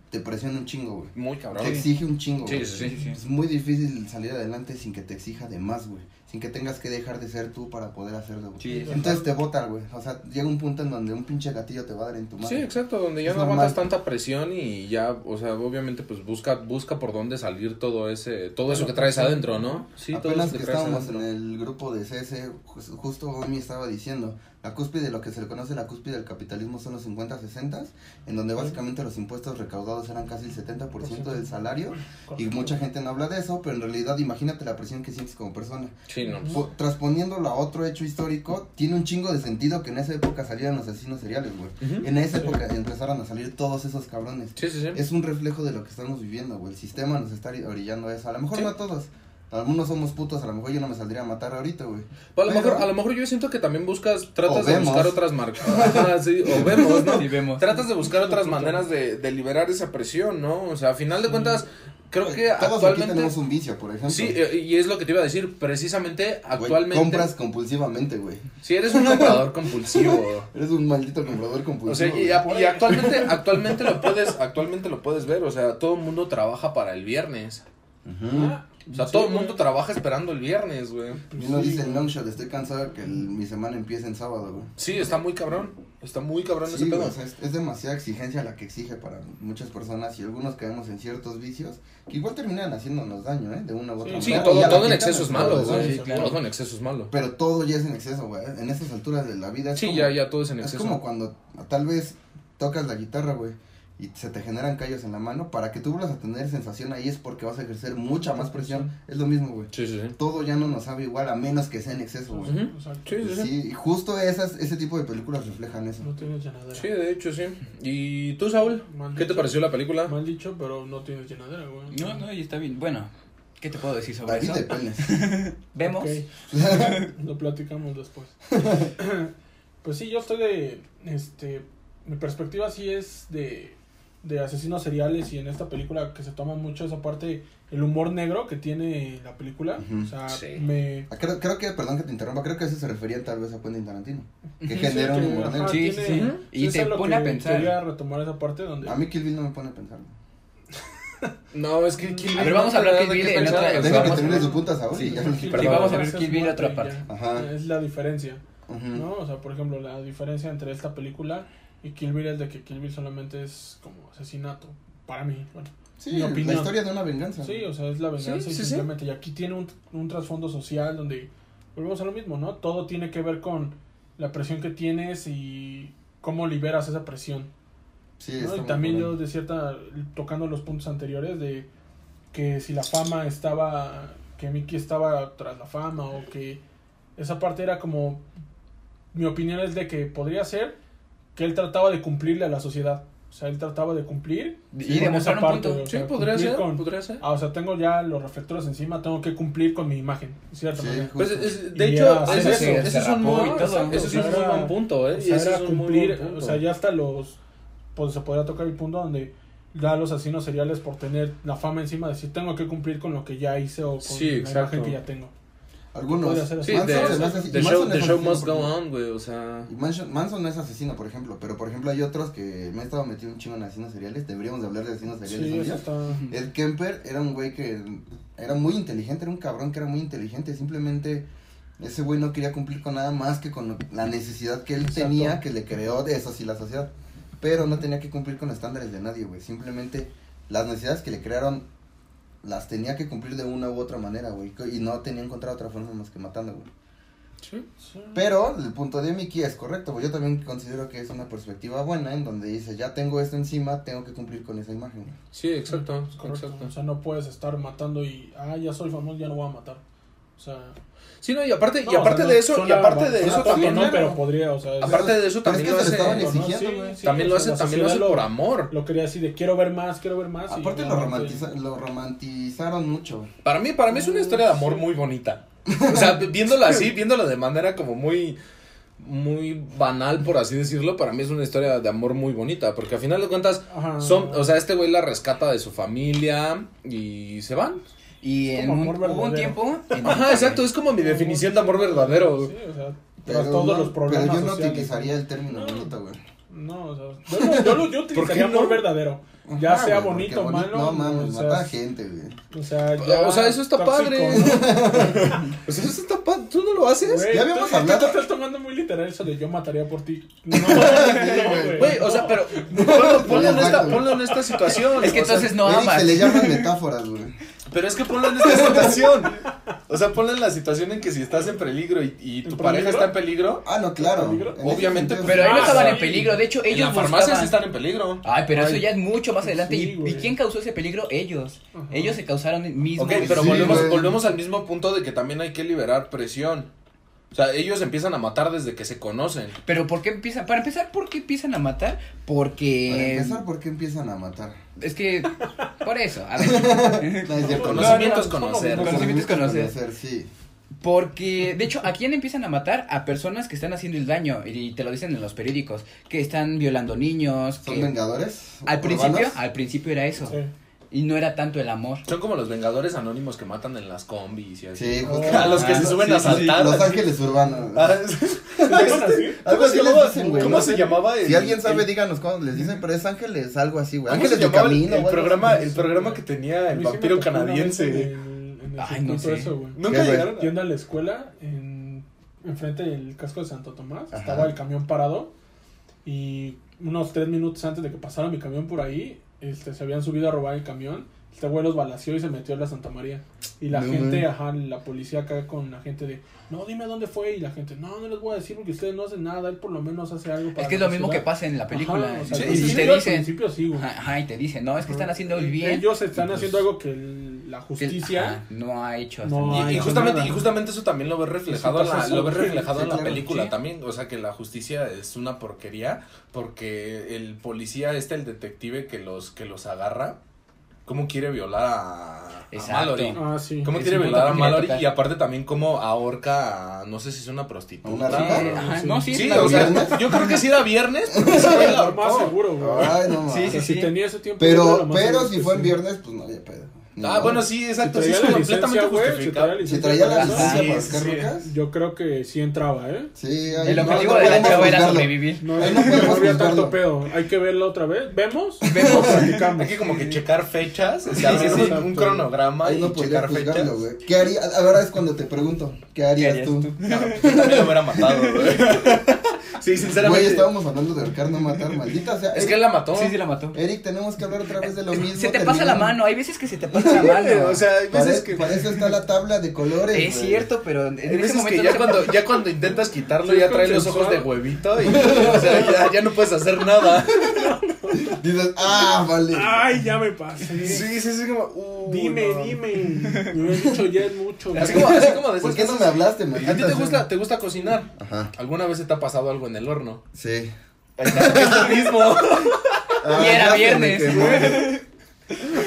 Speaker 2: te presiona un chingo, güey.
Speaker 1: Muy cabrón.
Speaker 2: Te exige un chingo, güey.
Speaker 1: Sí, sí,
Speaker 2: Es muy difícil salir adelante sin que te exija de más, güey. Sin que tengas que dejar de ser tú para poder hacerlo, güey.
Speaker 3: Sí, sí.
Speaker 2: Entonces te botan, güey. O sea, llega un punto en donde un pinche gatillo te va a dar en tu
Speaker 1: Sí,
Speaker 2: madre.
Speaker 1: exacto, donde ya
Speaker 2: Es
Speaker 1: no aguantas
Speaker 2: normal.
Speaker 1: tanta presión y ya, o sea, obviamente pues busca busca por dónde salir todo ese todo eso que traes adentro, ¿no? Sí, todo
Speaker 2: Apenas
Speaker 1: eso
Speaker 2: que
Speaker 1: que traes
Speaker 2: estábamos en
Speaker 1: adentro.
Speaker 2: el grupo de CS, ju- justo Omi estaba diciendo, la cúspide, lo que se le conoce la cúspide del capitalismo son los 50, 60, en donde básicamente los impuestos recaudados eran casi el 70% del salario, y mucha gente no habla de eso, pero en realidad imagínate la presión que sientes como persona.
Speaker 1: Sí, no.
Speaker 2: Po- Transponiéndolo a otro hecho histórico, tiene un chingo de sentido que en esa época salieran los asesinos seriales, güey.
Speaker 1: Ujú.
Speaker 2: En esa época empezaron a salir todos esos cabrones.
Speaker 1: Sí, sí, sí.
Speaker 2: Es un reflejo de lo que estamos viviendo, güey. El sistema nos está orillando a eso. A lo mejor
Speaker 1: Sí.
Speaker 2: no a todos. Algunos somos putos, a lo mejor yo no me saldría a matar ahorita, güey.
Speaker 1: A lo,
Speaker 2: Pero-
Speaker 1: mejor, a lo mejor yo siento que también buscas, tratas
Speaker 2: O
Speaker 1: de
Speaker 2: vemos.
Speaker 1: buscar otras marcas. Ajá, sí, o vemos, ¿no?
Speaker 3: Sí, Pues vemos.
Speaker 1: Tratas de buscar otras maneras de, de liberar esa presión, ¿no? O sea, a final de cuentas, creo que
Speaker 2: Pues, Todos aquí
Speaker 1: actualmente...
Speaker 2: tenemos un vicio, por ejemplo.
Speaker 1: Sí, eh, y es lo que te iba a decir, precisamente
Speaker 2: Güey,
Speaker 1: actualmente...
Speaker 2: compras compulsivamente, güey.
Speaker 1: Si eres un comprador compulsivo.
Speaker 2: Eres un maldito comprador
Speaker 1: O sea,
Speaker 2: compulsivo.
Speaker 1: y,
Speaker 2: Pues güey.
Speaker 1: y actualmente, actualmente lo puedes, actualmente lo puedes ver, o sea, todo el mundo trabaja para el viernes.
Speaker 2: Ujú.
Speaker 4: Ah,
Speaker 1: O sea,
Speaker 4: Sí,
Speaker 1: todo el
Speaker 4: güey.
Speaker 1: mundo trabaja esperando el viernes, güey.
Speaker 2: Y uno
Speaker 4: pues Sí,
Speaker 2: dice en
Speaker 4: güey.
Speaker 2: Longshot, estoy cansado que el- mi semana empiece en sábado, güey.
Speaker 1: Sí, está muy cabrón. Está muy cabrón
Speaker 2: Sí,
Speaker 1: ese pedo.
Speaker 2: güey, o sea, es, es demasiada exigencia la que exige para muchas personas y algunos caemos en ciertos vicios que igual terminan haciéndonos daño, ¿eh? De una u otra
Speaker 1: Sí,
Speaker 2: manera. Y
Speaker 1: todo,
Speaker 2: a la
Speaker 1: todo en
Speaker 2: gente
Speaker 1: exceso es
Speaker 2: nos
Speaker 1: malo,
Speaker 2: produce
Speaker 1: güey.
Speaker 3: sí, claro.
Speaker 1: Todo en exceso es malo.
Speaker 2: Pero todo ya es en exceso, güey. En estas alturas de la vida es
Speaker 1: Sí,
Speaker 2: como,
Speaker 1: ya, ya todo es en
Speaker 2: Es
Speaker 1: exceso.
Speaker 2: como cuando tal vez tocas la guitarra, güey. y se te generan callos en la mano, para que tú vuelvas a tener sensación ahí es porque vas a ejercer mucha más presión. Es lo mismo, güey.
Speaker 1: Sí, sí, sí.
Speaker 2: Todo ya no nos sabe igual a menos que sea en exceso, güey.
Speaker 1: Ujú.
Speaker 4: O sea,
Speaker 1: Sí, sí, sí.
Speaker 2: Sí, y justo esas, ese tipo de películas reflejan eso.
Speaker 4: no tienes llenadera.
Speaker 1: Sí, de hecho, sí. ¿Y tú, Saúl?
Speaker 4: Maldito.
Speaker 1: ¿Qué te pareció la película?
Speaker 4: Mal dicho, pero no tienes llenadera, güey.
Speaker 3: No, no, y está bien. Bueno, ¿qué te puedo decir sobre
Speaker 2: David
Speaker 3: eso?
Speaker 2: de penes.
Speaker 3: Vemos.
Speaker 4: Ok, Lo platicamos después. pues sí, yo estoy de. Este. Mi perspectiva sí es de. De asesinos seriales y en esta película que se toma mucho esa parte, el humor negro que tiene la película.
Speaker 2: Ujú.
Speaker 4: O sea,
Speaker 1: Sí.
Speaker 4: me.
Speaker 2: Ah, Creo, creo que, perdón que te interrumpa, creo que a eso se refería tal vez a Quentin Tarantino. Que
Speaker 4: Sí,
Speaker 2: genera un
Speaker 4: que,
Speaker 2: humor
Speaker 4: ajá,
Speaker 2: negro.
Speaker 3: Sí, sí,
Speaker 4: tiene-
Speaker 3: sí.
Speaker 4: eso
Speaker 3: Y
Speaker 4: es
Speaker 3: te
Speaker 4: a lo
Speaker 3: pone a
Speaker 4: que
Speaker 3: pensar.
Speaker 4: Quería retomar esa parte donde.
Speaker 2: A mí Kill Bill no me pone a pensar.
Speaker 1: No, es que. Kill
Speaker 3: A ver,
Speaker 1: Bill
Speaker 3: vamos
Speaker 1: no
Speaker 3: a hablar
Speaker 1: te
Speaker 3: Kill
Speaker 1: da de
Speaker 3: Bill
Speaker 1: qué
Speaker 3: en
Speaker 1: pensar.
Speaker 3: otra-
Speaker 1: O sea,
Speaker 2: Deja que
Speaker 1: vamos-
Speaker 2: termine su punta, Saúl. y
Speaker 3: Sí,
Speaker 2: ya.
Speaker 3: sí,
Speaker 1: perdón.
Speaker 3: sí, vamos a ver
Speaker 4: Esa
Speaker 3: Kill
Speaker 4: es
Speaker 3: Bill
Speaker 4: muerte
Speaker 3: otra
Speaker 4: y
Speaker 3: parte.
Speaker 4: ya.
Speaker 2: Ajá.
Speaker 4: Es la diferencia.
Speaker 2: Ujú.
Speaker 4: ¿no? O sea, por ejemplo, la diferencia entre esta película y Kill Bill es de que Kill Bill solamente es como asesinato. Para mí, bueno.
Speaker 2: Sí,
Speaker 4: Mi
Speaker 2: la
Speaker 4: opinión.
Speaker 2: historia de una venganza.
Speaker 4: Sí, o sea, es la venganza
Speaker 1: Sí,
Speaker 4: y
Speaker 1: sí, sí.
Speaker 4: simplemente. Y aquí tiene un, un trasfondo social donde volvemos a lo mismo, ¿no? Todo tiene que ver con la presión que tienes y cómo liberas esa presión.
Speaker 2: Sí,
Speaker 4: ¿no?
Speaker 2: está
Speaker 4: Y
Speaker 2: muy
Speaker 4: también yo
Speaker 2: cabrón.
Speaker 4: de cierta, tocando los puntos anteriores de que si la fama estaba, que Mickey estaba tras la fama o que esa parte era como, mi opinión es de que podría ser que él trataba de cumplirle a la sociedad. O sea, él trataba de cumplir.
Speaker 3: Y
Speaker 4: con
Speaker 3: demostrar
Speaker 4: esa
Speaker 3: un
Speaker 4: parte,
Speaker 3: punto.
Speaker 4: o
Speaker 1: Sí,
Speaker 4: sea,
Speaker 1: podría
Speaker 4: cumplir
Speaker 1: ser.
Speaker 4: con-
Speaker 1: Podría ser.
Speaker 4: Ah, o sea, tengo ya los reflectores encima, tengo que cumplir con mi imagen, de cierta
Speaker 2: Sí,
Speaker 4: manera.
Speaker 1: Pues,
Speaker 2: justo.
Speaker 1: es- de
Speaker 4: Y
Speaker 1: hecho,
Speaker 4: ya,
Speaker 1: es
Speaker 4: se-
Speaker 1: eso,
Speaker 4: se
Speaker 1: ese es un
Speaker 3: rapó
Speaker 1: muy,
Speaker 3: y todo,
Speaker 1: exacto, ese es un
Speaker 4: o sea,
Speaker 1: muy buen punto, ¿eh?
Speaker 4: O
Speaker 1: Y
Speaker 4: sea,
Speaker 1: ese
Speaker 4: era
Speaker 1: es un muy
Speaker 4: cumplir,
Speaker 1: buen punto.
Speaker 4: o sea, ya hasta los, pues se podría tocar el punto donde ya los asesinos seriales por tener la fama encima, decir, tengo que cumplir con lo que ya hice o con
Speaker 1: Sí,
Speaker 4: la
Speaker 1: exacto.
Speaker 4: imagen que ya tengo.
Speaker 2: Algunos.
Speaker 4: podría ser así.
Speaker 1: Sí,
Speaker 4: Manson
Speaker 1: de-
Speaker 4: se
Speaker 2: me hace así.
Speaker 1: the
Speaker 2: Y
Speaker 1: show,
Speaker 2: Manson
Speaker 1: the
Speaker 2: es
Speaker 1: show
Speaker 2: asesino
Speaker 1: must go
Speaker 2: porque-
Speaker 1: on, güey, o sea...
Speaker 2: Y Manson, Manson no es asesino, por ejemplo, pero por ejemplo hay otros que me he estado metido un chingo en asesinos seriales. Deberíamos de hablar de asesinos seriales.
Speaker 4: Sí,
Speaker 2: un
Speaker 4: eso
Speaker 2: día.
Speaker 4: está...
Speaker 2: Ed Kemper era un güey que era muy inteligente, era un cabrón que era muy inteligente, simplemente ese güey no quería cumplir con nada más que con lo- la necesidad que él
Speaker 4: Exacto.
Speaker 2: tenía, que le creó de eso sí la sociedad, pero no tenía que cumplir con estándares de nadie, güey, simplemente las necesidades que le crearon las tenía que cumplir de una u otra manera, güey, co- y no tenía encontrado otra forma más que matando, güey.
Speaker 4: sí.
Speaker 2: Pero el punto de Mickey es correcto, güey, yo también considero que es una perspectiva buena en donde dice, ya tengo esto encima, tengo que cumplir con esa imagen, güey.
Speaker 1: Sí, exacto,
Speaker 4: Es correcto.
Speaker 1: exacto.
Speaker 4: O sea, no puedes estar matando y, ah, ya soy famoso, ya no voy a matar. O sea,
Speaker 1: Sí, no, y aparte,
Speaker 4: no,
Speaker 1: y
Speaker 4: o
Speaker 1: aparte
Speaker 4: sea,
Speaker 1: de
Speaker 4: no,
Speaker 1: eso, y
Speaker 4: suena-
Speaker 1: aparte de
Speaker 4: suena
Speaker 1: eso
Speaker 4: tonto,
Speaker 1: también...
Speaker 4: no, pero podría, o sea, es-
Speaker 1: Aparte de eso
Speaker 2: Pero es
Speaker 1: también
Speaker 2: que
Speaker 1: lo
Speaker 2: se le estaban
Speaker 1: hace...
Speaker 4: ¿no?
Speaker 2: exigiendo, ¿eh?
Speaker 4: Sí,
Speaker 2: güey.
Speaker 4: sí,
Speaker 1: También
Speaker 4: o
Speaker 1: lo
Speaker 4: sea,
Speaker 1: hace,
Speaker 4: la
Speaker 1: también lo hace
Speaker 4: sociedad
Speaker 1: por amor.
Speaker 4: Lo quería así de quiero ver más, quiero ver más. y
Speaker 2: Aparte
Speaker 4: no,
Speaker 2: lo,
Speaker 4: no,
Speaker 2: romantiza, lo romantizaron mucho.
Speaker 1: Para mí, para mí
Speaker 4: Mm.
Speaker 1: es una historia de amor muy bonita. O sea, viéndola así, viéndola de manera como muy muy banal por así decirlo, para mí es una historia de amor muy bonita, porque al final de cuentas
Speaker 4: Ajá.
Speaker 1: son, o sea, este güey la rescata de su familia y se van.
Speaker 3: Y
Speaker 4: Es
Speaker 3: en
Speaker 4: como
Speaker 3: un,
Speaker 4: amor
Speaker 3: hubo un
Speaker 4: verdadero.
Speaker 3: tiempo. en-
Speaker 1: Ajá, exacto, es como mi definición de amor verdadero.
Speaker 4: Sí, o sea,
Speaker 2: Pero,
Speaker 4: tras todos
Speaker 2: no-
Speaker 4: los problemas
Speaker 2: pero yo no
Speaker 4: sociales.
Speaker 2: utilizaría el término
Speaker 4: No.
Speaker 2: bonito, güey.
Speaker 4: No, o sea, yo, no- yo, no- yo utilizaría
Speaker 1: ¿Por qué no?
Speaker 4: amor verdadero. Ya
Speaker 2: Ajá,
Speaker 4: sea
Speaker 2: Ah, güey, porque
Speaker 4: bonito o malo.
Speaker 2: No mames,
Speaker 4: o sea,
Speaker 2: mata gente, güey.
Speaker 4: O sea, ya
Speaker 1: O sea, eso está
Speaker 4: tóxico,
Speaker 1: padre.
Speaker 4: ¿no?
Speaker 1: O sea, eso está pa- ¿tú no lo haces?
Speaker 4: Güey,
Speaker 2: Ya habíamos
Speaker 4: tú- tú
Speaker 2: hablado.
Speaker 4: te estás tomando muy literal eso de yo mataría por ti. No, no,
Speaker 1: Güey, o sea, pero ponlo, ponlo en, esta,
Speaker 2: Exacto.
Speaker 1: ponlo en esta situación.
Speaker 3: Es que
Speaker 1: o sea,
Speaker 3: entonces no
Speaker 2: Eric,
Speaker 3: amas.
Speaker 2: se le llaman metáforas, güey.
Speaker 1: Pero es que ponlo en esta situación. O sea, ponlo en la situación en que si estás en peligro y, y tu
Speaker 4: ¿En
Speaker 1: pareja
Speaker 4: peligro?
Speaker 1: está en peligro.
Speaker 2: Ah, no, claro.
Speaker 4: ¿Peligro?
Speaker 2: en ese
Speaker 1: Obviamente,
Speaker 2: sentido,
Speaker 3: Pero ahí no
Speaker 1: Ah,
Speaker 3: estaban
Speaker 1: sí.
Speaker 3: en peligro. De hecho, ellos.
Speaker 1: en la farmacia sí
Speaker 3: buscaban- Ah,
Speaker 1: están en peligro.
Speaker 3: Ay, pero eso
Speaker 4: Ay.
Speaker 3: ya es mucho más adelante.
Speaker 4: Sí,
Speaker 3: ¿Y- ¿Y,
Speaker 4: güey.
Speaker 3: quién causó ese peligro? Ellos.
Speaker 4: Ajá.
Speaker 3: Ellos se causaron mismos.
Speaker 1: Ok, pero
Speaker 2: Sí,
Speaker 1: volvemos,
Speaker 2: güey.
Speaker 1: volvemos al mismo punto de que también hay que liberar presión. O sea, ellos empiezan a matar desde que se conocen.
Speaker 3: Pero ¿por qué empiezan? Para empezar, ¿por qué empiezan a matar?
Speaker 2: Para
Speaker 1: eh,
Speaker 3: Porque...
Speaker 2: empezar, ¿por qué empiezan a matar?
Speaker 3: Es que... Por eso, a ver.
Speaker 2: No, es cierto.
Speaker 4: no,
Speaker 1: Conocimiento es
Speaker 4: no, no,
Speaker 1: conocer.
Speaker 4: no, no, no,
Speaker 3: Conocimiento es conocer.
Speaker 2: sí.
Speaker 3: Porque, de hecho, ¿a quién empiezan a matar? A personas que están haciendo el daño. Y te lo dicen en los periódicos. Que están violando niños.
Speaker 2: ¿Son
Speaker 3: que-
Speaker 2: vengadores?
Speaker 3: Al principio,
Speaker 1: Ah,
Speaker 2: urbanos?
Speaker 3: al principio era eso.
Speaker 4: Sí.
Speaker 3: Y no era tanto el amor.
Speaker 1: Son como los vengadores anónimos que matan en las combis y así.
Speaker 2: Sí, justo. Ah,
Speaker 1: A los que se suben a
Speaker 2: Sí, sí,
Speaker 1: saltar.
Speaker 2: Los
Speaker 1: así.
Speaker 2: ángeles urbanos.
Speaker 1: Ah, es- ¿Cómo
Speaker 2: así
Speaker 1: se
Speaker 2: les
Speaker 1: llamaba?
Speaker 2: dicen, güey,
Speaker 1: ¿Cómo
Speaker 2: ¿no?
Speaker 1: se llamaba el-
Speaker 2: Si alguien sabe,
Speaker 1: el-
Speaker 2: díganos cómo les dicen, pero es ángeles, algo así, güey.
Speaker 1: ¿Cómo se
Speaker 2: Ángeles de
Speaker 1: llamaba el-
Speaker 2: camino, pues,
Speaker 1: el
Speaker 2: güey.
Speaker 1: programa, el programa que tenía
Speaker 4: A mí
Speaker 1: el
Speaker 4: sí me
Speaker 1: vampiro
Speaker 4: tocó una vez
Speaker 1: canadiense.
Speaker 4: En el, en el
Speaker 3: Ay, no
Speaker 4: circuito
Speaker 3: sé.
Speaker 4: eso, güey.
Speaker 1: Nunca
Speaker 2: ¿Qué, güey?
Speaker 1: llegaron. a-
Speaker 4: Yendo a la escuela, en, enfrente del casco de Santo Tomás,
Speaker 2: Ajá.
Speaker 4: estaba el camión parado. Y unos tres minutos antes de que pasara mi camión por ahí, este, se habían subido a robar el camión. Este güey los balació y se metió a la Santa María. Y la
Speaker 2: No,
Speaker 4: gente,
Speaker 2: man.
Speaker 4: ajá, la policía acá con la gente de, no, dime dónde fue. Y la gente, no, no les voy a decir porque ustedes no hacen nada. Él por lo menos hace algo para.
Speaker 3: Es que es
Speaker 4: la
Speaker 3: lo mismo que
Speaker 4: sociedad".
Speaker 3: pasa en la película.
Speaker 4: Ajá, o sea,
Speaker 3: Sí,
Speaker 4: al
Speaker 3: y
Speaker 4: principio-
Speaker 3: te
Speaker 4: al
Speaker 3: dicen,
Speaker 4: principio sí, güey.
Speaker 3: ajá, ajá, y te dicen, no, es que están haciendo el
Speaker 4: Y
Speaker 3: bien.
Speaker 4: Ellos están
Speaker 3: Y pues,
Speaker 4: haciendo algo que el-
Speaker 3: que
Speaker 4: la
Speaker 3: el- ajá,
Speaker 4: justicia.
Speaker 3: no ha hecho.
Speaker 4: No
Speaker 3: hasta-
Speaker 4: ha
Speaker 1: Y, y justamente,
Speaker 4: hecho pues nada. Pues
Speaker 1: y justamente eso también lo ves reflejado,
Speaker 4: Sí,
Speaker 1: en la,
Speaker 4: pasa
Speaker 1: lo ves
Speaker 4: eso.
Speaker 1: reflejado
Speaker 2: Sí,
Speaker 1: en la
Speaker 2: claro.
Speaker 1: película
Speaker 2: Sí.
Speaker 1: también. O sea, que la justicia es una porquería porque el policía este, el detective que los, que los agarra, ¿cómo quiere violar a, a
Speaker 3: Exacto.
Speaker 1: Mallory?
Speaker 4: Ah, sí.
Speaker 1: ¿Cómo
Speaker 3: Es
Speaker 1: quiere
Speaker 3: un punto
Speaker 1: violar a
Speaker 3: que quería
Speaker 1: Mallory?
Speaker 3: tocar.
Speaker 1: Y aparte también cómo ahorca, a- no sé si es una
Speaker 2: ¿A una
Speaker 1: prostituta.
Speaker 2: rica?
Speaker 3: Sí, ajá, no, sí,
Speaker 1: Sí,
Speaker 3: es la
Speaker 1: o sea,
Speaker 2: viernes?
Speaker 1: yo creo que sí era viernes. porque ese güey la
Speaker 4: Lo
Speaker 1: ahorcó. Ah,
Speaker 4: más seguro, güey.
Speaker 2: Ay, no mames.
Speaker 4: O sea,
Speaker 3: sí, sí.
Speaker 4: Si tenía ese tiempo. libre,
Speaker 2: Pero,
Speaker 4: lo más
Speaker 2: pero
Speaker 4: seguro
Speaker 2: si
Speaker 4: es que
Speaker 2: fue en
Speaker 4: sí.
Speaker 2: viernes, pues no había pedo. Ni
Speaker 1: Ah,
Speaker 2: modo.
Speaker 1: bueno, sí, exacto.
Speaker 4: Si
Speaker 1: Sí,
Speaker 4: traía
Speaker 1: es
Speaker 4: la
Speaker 1: completamente
Speaker 4: licencia, güey, si
Speaker 1: justificado.
Speaker 4: traía la
Speaker 2: Si
Speaker 4: licencia
Speaker 2: traía la
Speaker 4: para
Speaker 2: licencia
Speaker 4: usar,
Speaker 1: sí,
Speaker 2: para
Speaker 1: sí,
Speaker 2: buscar
Speaker 1: sí.
Speaker 2: rucas.
Speaker 4: Yo creo que sí entraba, ¿eh?
Speaker 2: Sí, ahí
Speaker 3: El
Speaker 2: no-
Speaker 3: objetivo
Speaker 2: no
Speaker 3: de la
Speaker 2: podemos
Speaker 3: chava era
Speaker 2: juzgarlo.
Speaker 3: sobrevivir.
Speaker 4: No,
Speaker 2: Ahí
Speaker 4: no,
Speaker 2: no podemos
Speaker 4: había tanto
Speaker 2: juzgarlo.
Speaker 4: pedo. Hay que verlo otra vez. ¿Vemos? Vemos. Platicamos.
Speaker 1: Hay que como que checar fechas, o sea,
Speaker 4: Sí, sí,
Speaker 1: un-
Speaker 4: sí.
Speaker 1: un cronograma
Speaker 2: Ahí
Speaker 1: y
Speaker 2: no podía
Speaker 1: checar fechas.
Speaker 2: juzgarlo, güey. ¿Qué haría? Ahora es cuando te pregunto, ¿qué harías,
Speaker 3: harías
Speaker 2: tú?
Speaker 3: tú?
Speaker 1: Yo también lo hubiera matado, güey. Sí,
Speaker 2: Güey,
Speaker 1: sinceramente.
Speaker 2: estábamos hablando de ahorcar, no matar, maldita sea.
Speaker 1: Es
Speaker 2: Eric-
Speaker 1: que él la mató.
Speaker 3: Sí, sí, la mató.
Speaker 2: Eric, tenemos que hablar otra vez de lo mismo.
Speaker 3: Se te pasa la
Speaker 2: terminando.
Speaker 3: mano, hay veces que se te pasa la mano.
Speaker 1: O sea, hay
Speaker 2: Para,
Speaker 1: veces que.
Speaker 2: para eso está la tabla de colores.
Speaker 3: es
Speaker 2: güey.
Speaker 3: cierto, pero en
Speaker 1: hay
Speaker 3: ese
Speaker 1: veces que
Speaker 3: momento.
Speaker 1: ya
Speaker 3: no se-
Speaker 1: cuando, ya cuando intentas quitarlo,
Speaker 4: Sí,
Speaker 1: ya
Speaker 4: es
Speaker 1: trae los ojos de
Speaker 4: consensuado.
Speaker 1: huevito y o sea, ya, ya no puedes hacer nada.
Speaker 2: Dices, ah, vale.
Speaker 4: Ay, ya me pasé.
Speaker 1: Sí, sí, sí, como. uh,
Speaker 4: Dime,
Speaker 1: no.
Speaker 4: dime. Me hubieras dicho ya es mucho.
Speaker 1: Así como, así como de
Speaker 2: ¿Por
Speaker 1: esas
Speaker 2: qué no
Speaker 1: cosas-
Speaker 2: me hablaste,
Speaker 1: ¿A
Speaker 2: maldita
Speaker 1: ti te
Speaker 2: sea?
Speaker 1: gusta, te gusta cocinar?
Speaker 2: Ajá,
Speaker 1: ¿Alguna vez se te ha pasado algo en el horno?
Speaker 2: sí.
Speaker 1: Es lo mismo.
Speaker 2: Ah,
Speaker 3: Y era
Speaker 2: ya se
Speaker 3: viernes.
Speaker 2: me quemó, güey.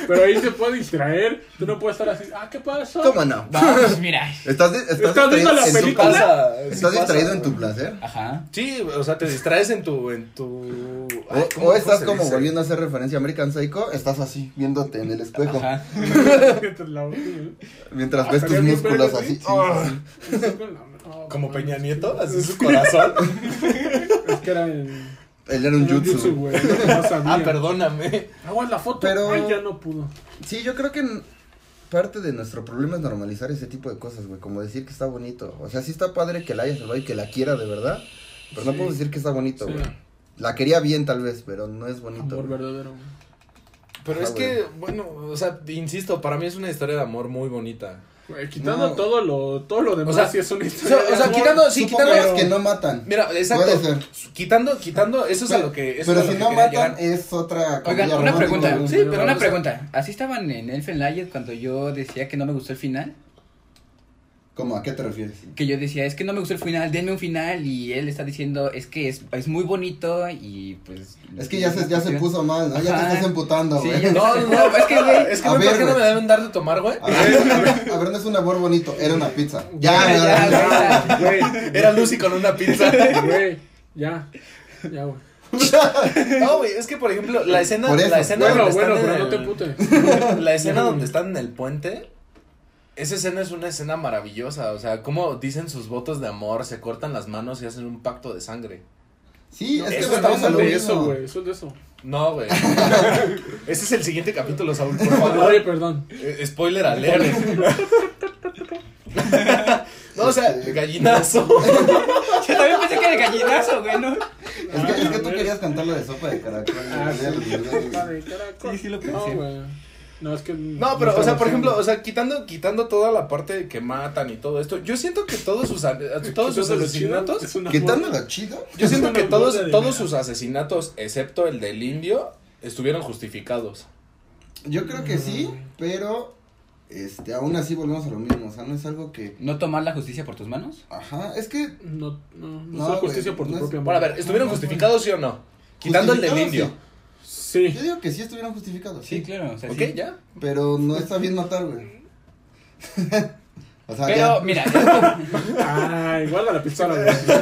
Speaker 4: Pero ahí se puede distraer. Tú no puedes estar así. Ah, ¿qué pasó?
Speaker 2: ¿Cómo no?
Speaker 3: No, pues mira.
Speaker 2: ¿Estás, di- estás,
Speaker 4: ¿Estás
Speaker 2: distraído
Speaker 4: viendo la
Speaker 2: en tu
Speaker 4: película?
Speaker 2: placer?
Speaker 1: Pasa, sí
Speaker 2: ¿Estás
Speaker 1: pasa,
Speaker 2: distraído en
Speaker 1: güey.
Speaker 2: tu placer?
Speaker 3: Ajá.
Speaker 1: Sí, o sea, te distraes en tu. En tu...
Speaker 2: O,
Speaker 1: Ay,
Speaker 2: o
Speaker 1: ¿cómo- cómo
Speaker 2: estás
Speaker 1: se
Speaker 2: como
Speaker 1: dice?
Speaker 2: volviendo a hacer referencia a American Psycho, estás así, viéndote en el espejo,
Speaker 3: Ajá.
Speaker 4: La-
Speaker 2: mientras
Speaker 4: Ah,
Speaker 2: ves tus
Speaker 4: estaría bien
Speaker 2: músculos
Speaker 4: verga,
Speaker 2: así.
Speaker 4: sí,
Speaker 2: Ah.
Speaker 1: Como Peña
Speaker 4: Sí.
Speaker 1: Nieto, así su corazón.
Speaker 4: Es que era en.
Speaker 2: Él era un
Speaker 4: era en
Speaker 2: jutsu.
Speaker 4: güey. no sabía.
Speaker 1: Ah, perdóname.
Speaker 4: Aguas la foto.
Speaker 2: Pero-
Speaker 4: Ay, ya no pudo.
Speaker 2: Sí, yo creo que n- parte de nuestro problema es normalizar ese tipo de cosas, güey. Como decir que está bonito. O sea, sí está padre que la haya salvado y que la quiera de verdad. Pero no
Speaker 4: Sí.
Speaker 2: puedo decir que está bonito,
Speaker 4: Sí.
Speaker 2: güey. La quería bien, tal vez, pero no es bonito.
Speaker 4: Amor
Speaker 2: güey.
Speaker 4: verdadero. güey.
Speaker 1: Pero
Speaker 2: Ajá,
Speaker 1: es que, bueno, o sea, insisto, para mí es una historia de amor muy bonita.
Speaker 4: Güey, Quitando
Speaker 2: No.
Speaker 4: todo lo todo lo demás,
Speaker 1: O sea,
Speaker 4: sí es una
Speaker 1: O sea,
Speaker 4: historia.
Speaker 1: o
Speaker 4: de
Speaker 1: sea,
Speaker 4: amor.
Speaker 1: quitando, sí,
Speaker 2: Supongamos
Speaker 1: quitando.
Speaker 2: que no matan.
Speaker 1: Mira, exacto.
Speaker 2: Puede ser.
Speaker 1: Quitando, quitando, eso es a lo que. Eso es
Speaker 2: pero
Speaker 1: a
Speaker 2: si
Speaker 1: lo que
Speaker 2: no
Speaker 1: quería
Speaker 2: matan,
Speaker 1: llegar.
Speaker 2: es otra
Speaker 3: Oigan,
Speaker 2: comedia
Speaker 3: una
Speaker 2: romántica,
Speaker 3: pregunta.
Speaker 2: güey.
Speaker 1: Sí, pero
Speaker 3: una
Speaker 1: o sea-
Speaker 3: pregunta. ¿Así estaban en Elfen Lied cuando yo decía que no me gustó el final?
Speaker 2: ¿Cómo? ¿A qué te refieres?
Speaker 3: Que yo decía, es que no me gustó el final, denme un final. Y él está diciendo, es que es, es muy bonito y pues.
Speaker 2: Es que ya se, ya se puso mal, ¿no? Ya te
Speaker 3: Ajá.
Speaker 2: estás emputando,
Speaker 3: Sí,
Speaker 2: güey.
Speaker 3: ya-
Speaker 1: No, no, no, es que, güey. Es que,
Speaker 2: A
Speaker 1: güey, ¿por
Speaker 2: ver,
Speaker 1: qué no me
Speaker 2: güey.
Speaker 1: deben dar de tomar, güey?
Speaker 4: Ah,
Speaker 2: A ver, a ver, a ver, no es un amor bonito, era una pizza. Ya,
Speaker 3: Ya, ya,
Speaker 2: ya, ya.
Speaker 3: ya.
Speaker 4: Güey,
Speaker 1: Era Lucy con una pizza.
Speaker 4: güey. Ya. Ya, güey.
Speaker 1: No, güey, es que, por ejemplo, la escena.
Speaker 2: Por eso.
Speaker 1: La escena
Speaker 4: Bueno,
Speaker 1: donde
Speaker 4: bueno,
Speaker 1: están
Speaker 4: pero
Speaker 1: en
Speaker 4: no te
Speaker 1: el-
Speaker 4: emputes.
Speaker 1: La escena donde están en el puente. Esa escena es una escena maravillosa. O sea, cómo dicen sus votos de amor, se cortan las manos y hacen un pacto de sangre.
Speaker 2: Sí, es que
Speaker 1: Eso
Speaker 2: volvemos
Speaker 1: estamos
Speaker 2: a lo
Speaker 4: de
Speaker 2: mismo.
Speaker 4: eso, güey. Eso es de eso.
Speaker 1: No, güey. Ese es el siguiente capítulo, Saúl, por
Speaker 4: Oye,
Speaker 1: favor.
Speaker 4: perdón.
Speaker 1: Eh, Spoiler alert. No, o sea, gallinazo.
Speaker 3: Yo también pensé que era gallinazo, güey, ¿no?
Speaker 2: Es que, es que tú querías cantar lo de sopa de caracol.
Speaker 4: Ah, sí.
Speaker 2: güey.
Speaker 3: Sí, sí lo
Speaker 4: No,
Speaker 3: pensé.
Speaker 4: güey. No, es que.
Speaker 1: No, pero, o sea, por ejemplo, o sea, quitando, quitando toda la parte de que matan y todo esto, yo siento que todos sus, a- todos sus asesinatos,
Speaker 2: Quitando lo chido.
Speaker 1: yo siento que todos,
Speaker 4: Una boda de
Speaker 1: todos
Speaker 4: veras.
Speaker 1: sus asesinatos, excepto el del indio, estuvieron justificados.
Speaker 2: Yo creo que sí, pero este, aún así volvemos a lo mismo. O sea, no es algo que.
Speaker 3: ¿No tomar la justicia por tus manos?
Speaker 2: Ajá, es que.
Speaker 4: No, no, no,
Speaker 2: No,
Speaker 4: es la justicia
Speaker 2: güey,
Speaker 4: por tu
Speaker 2: no es-
Speaker 4: propia
Speaker 1: Bueno, a
Speaker 4: mano.
Speaker 1: ver, ¿estuvieron justificados sí o no? Quitando el del
Speaker 2: justificados,
Speaker 1: indio.
Speaker 2: sí.
Speaker 4: Sí.
Speaker 2: Yo digo que sí estuvieron justificados.
Speaker 3: Sí, claro. O sea,
Speaker 1: ¿Ok?
Speaker 3: sí.
Speaker 1: ¿Ya?
Speaker 2: Pero no está bien matar, güey. o sea,
Speaker 3: Pero,
Speaker 2: Ah, ya.
Speaker 3: mira,
Speaker 4: Ay, guarda Ah, la pistola, güey.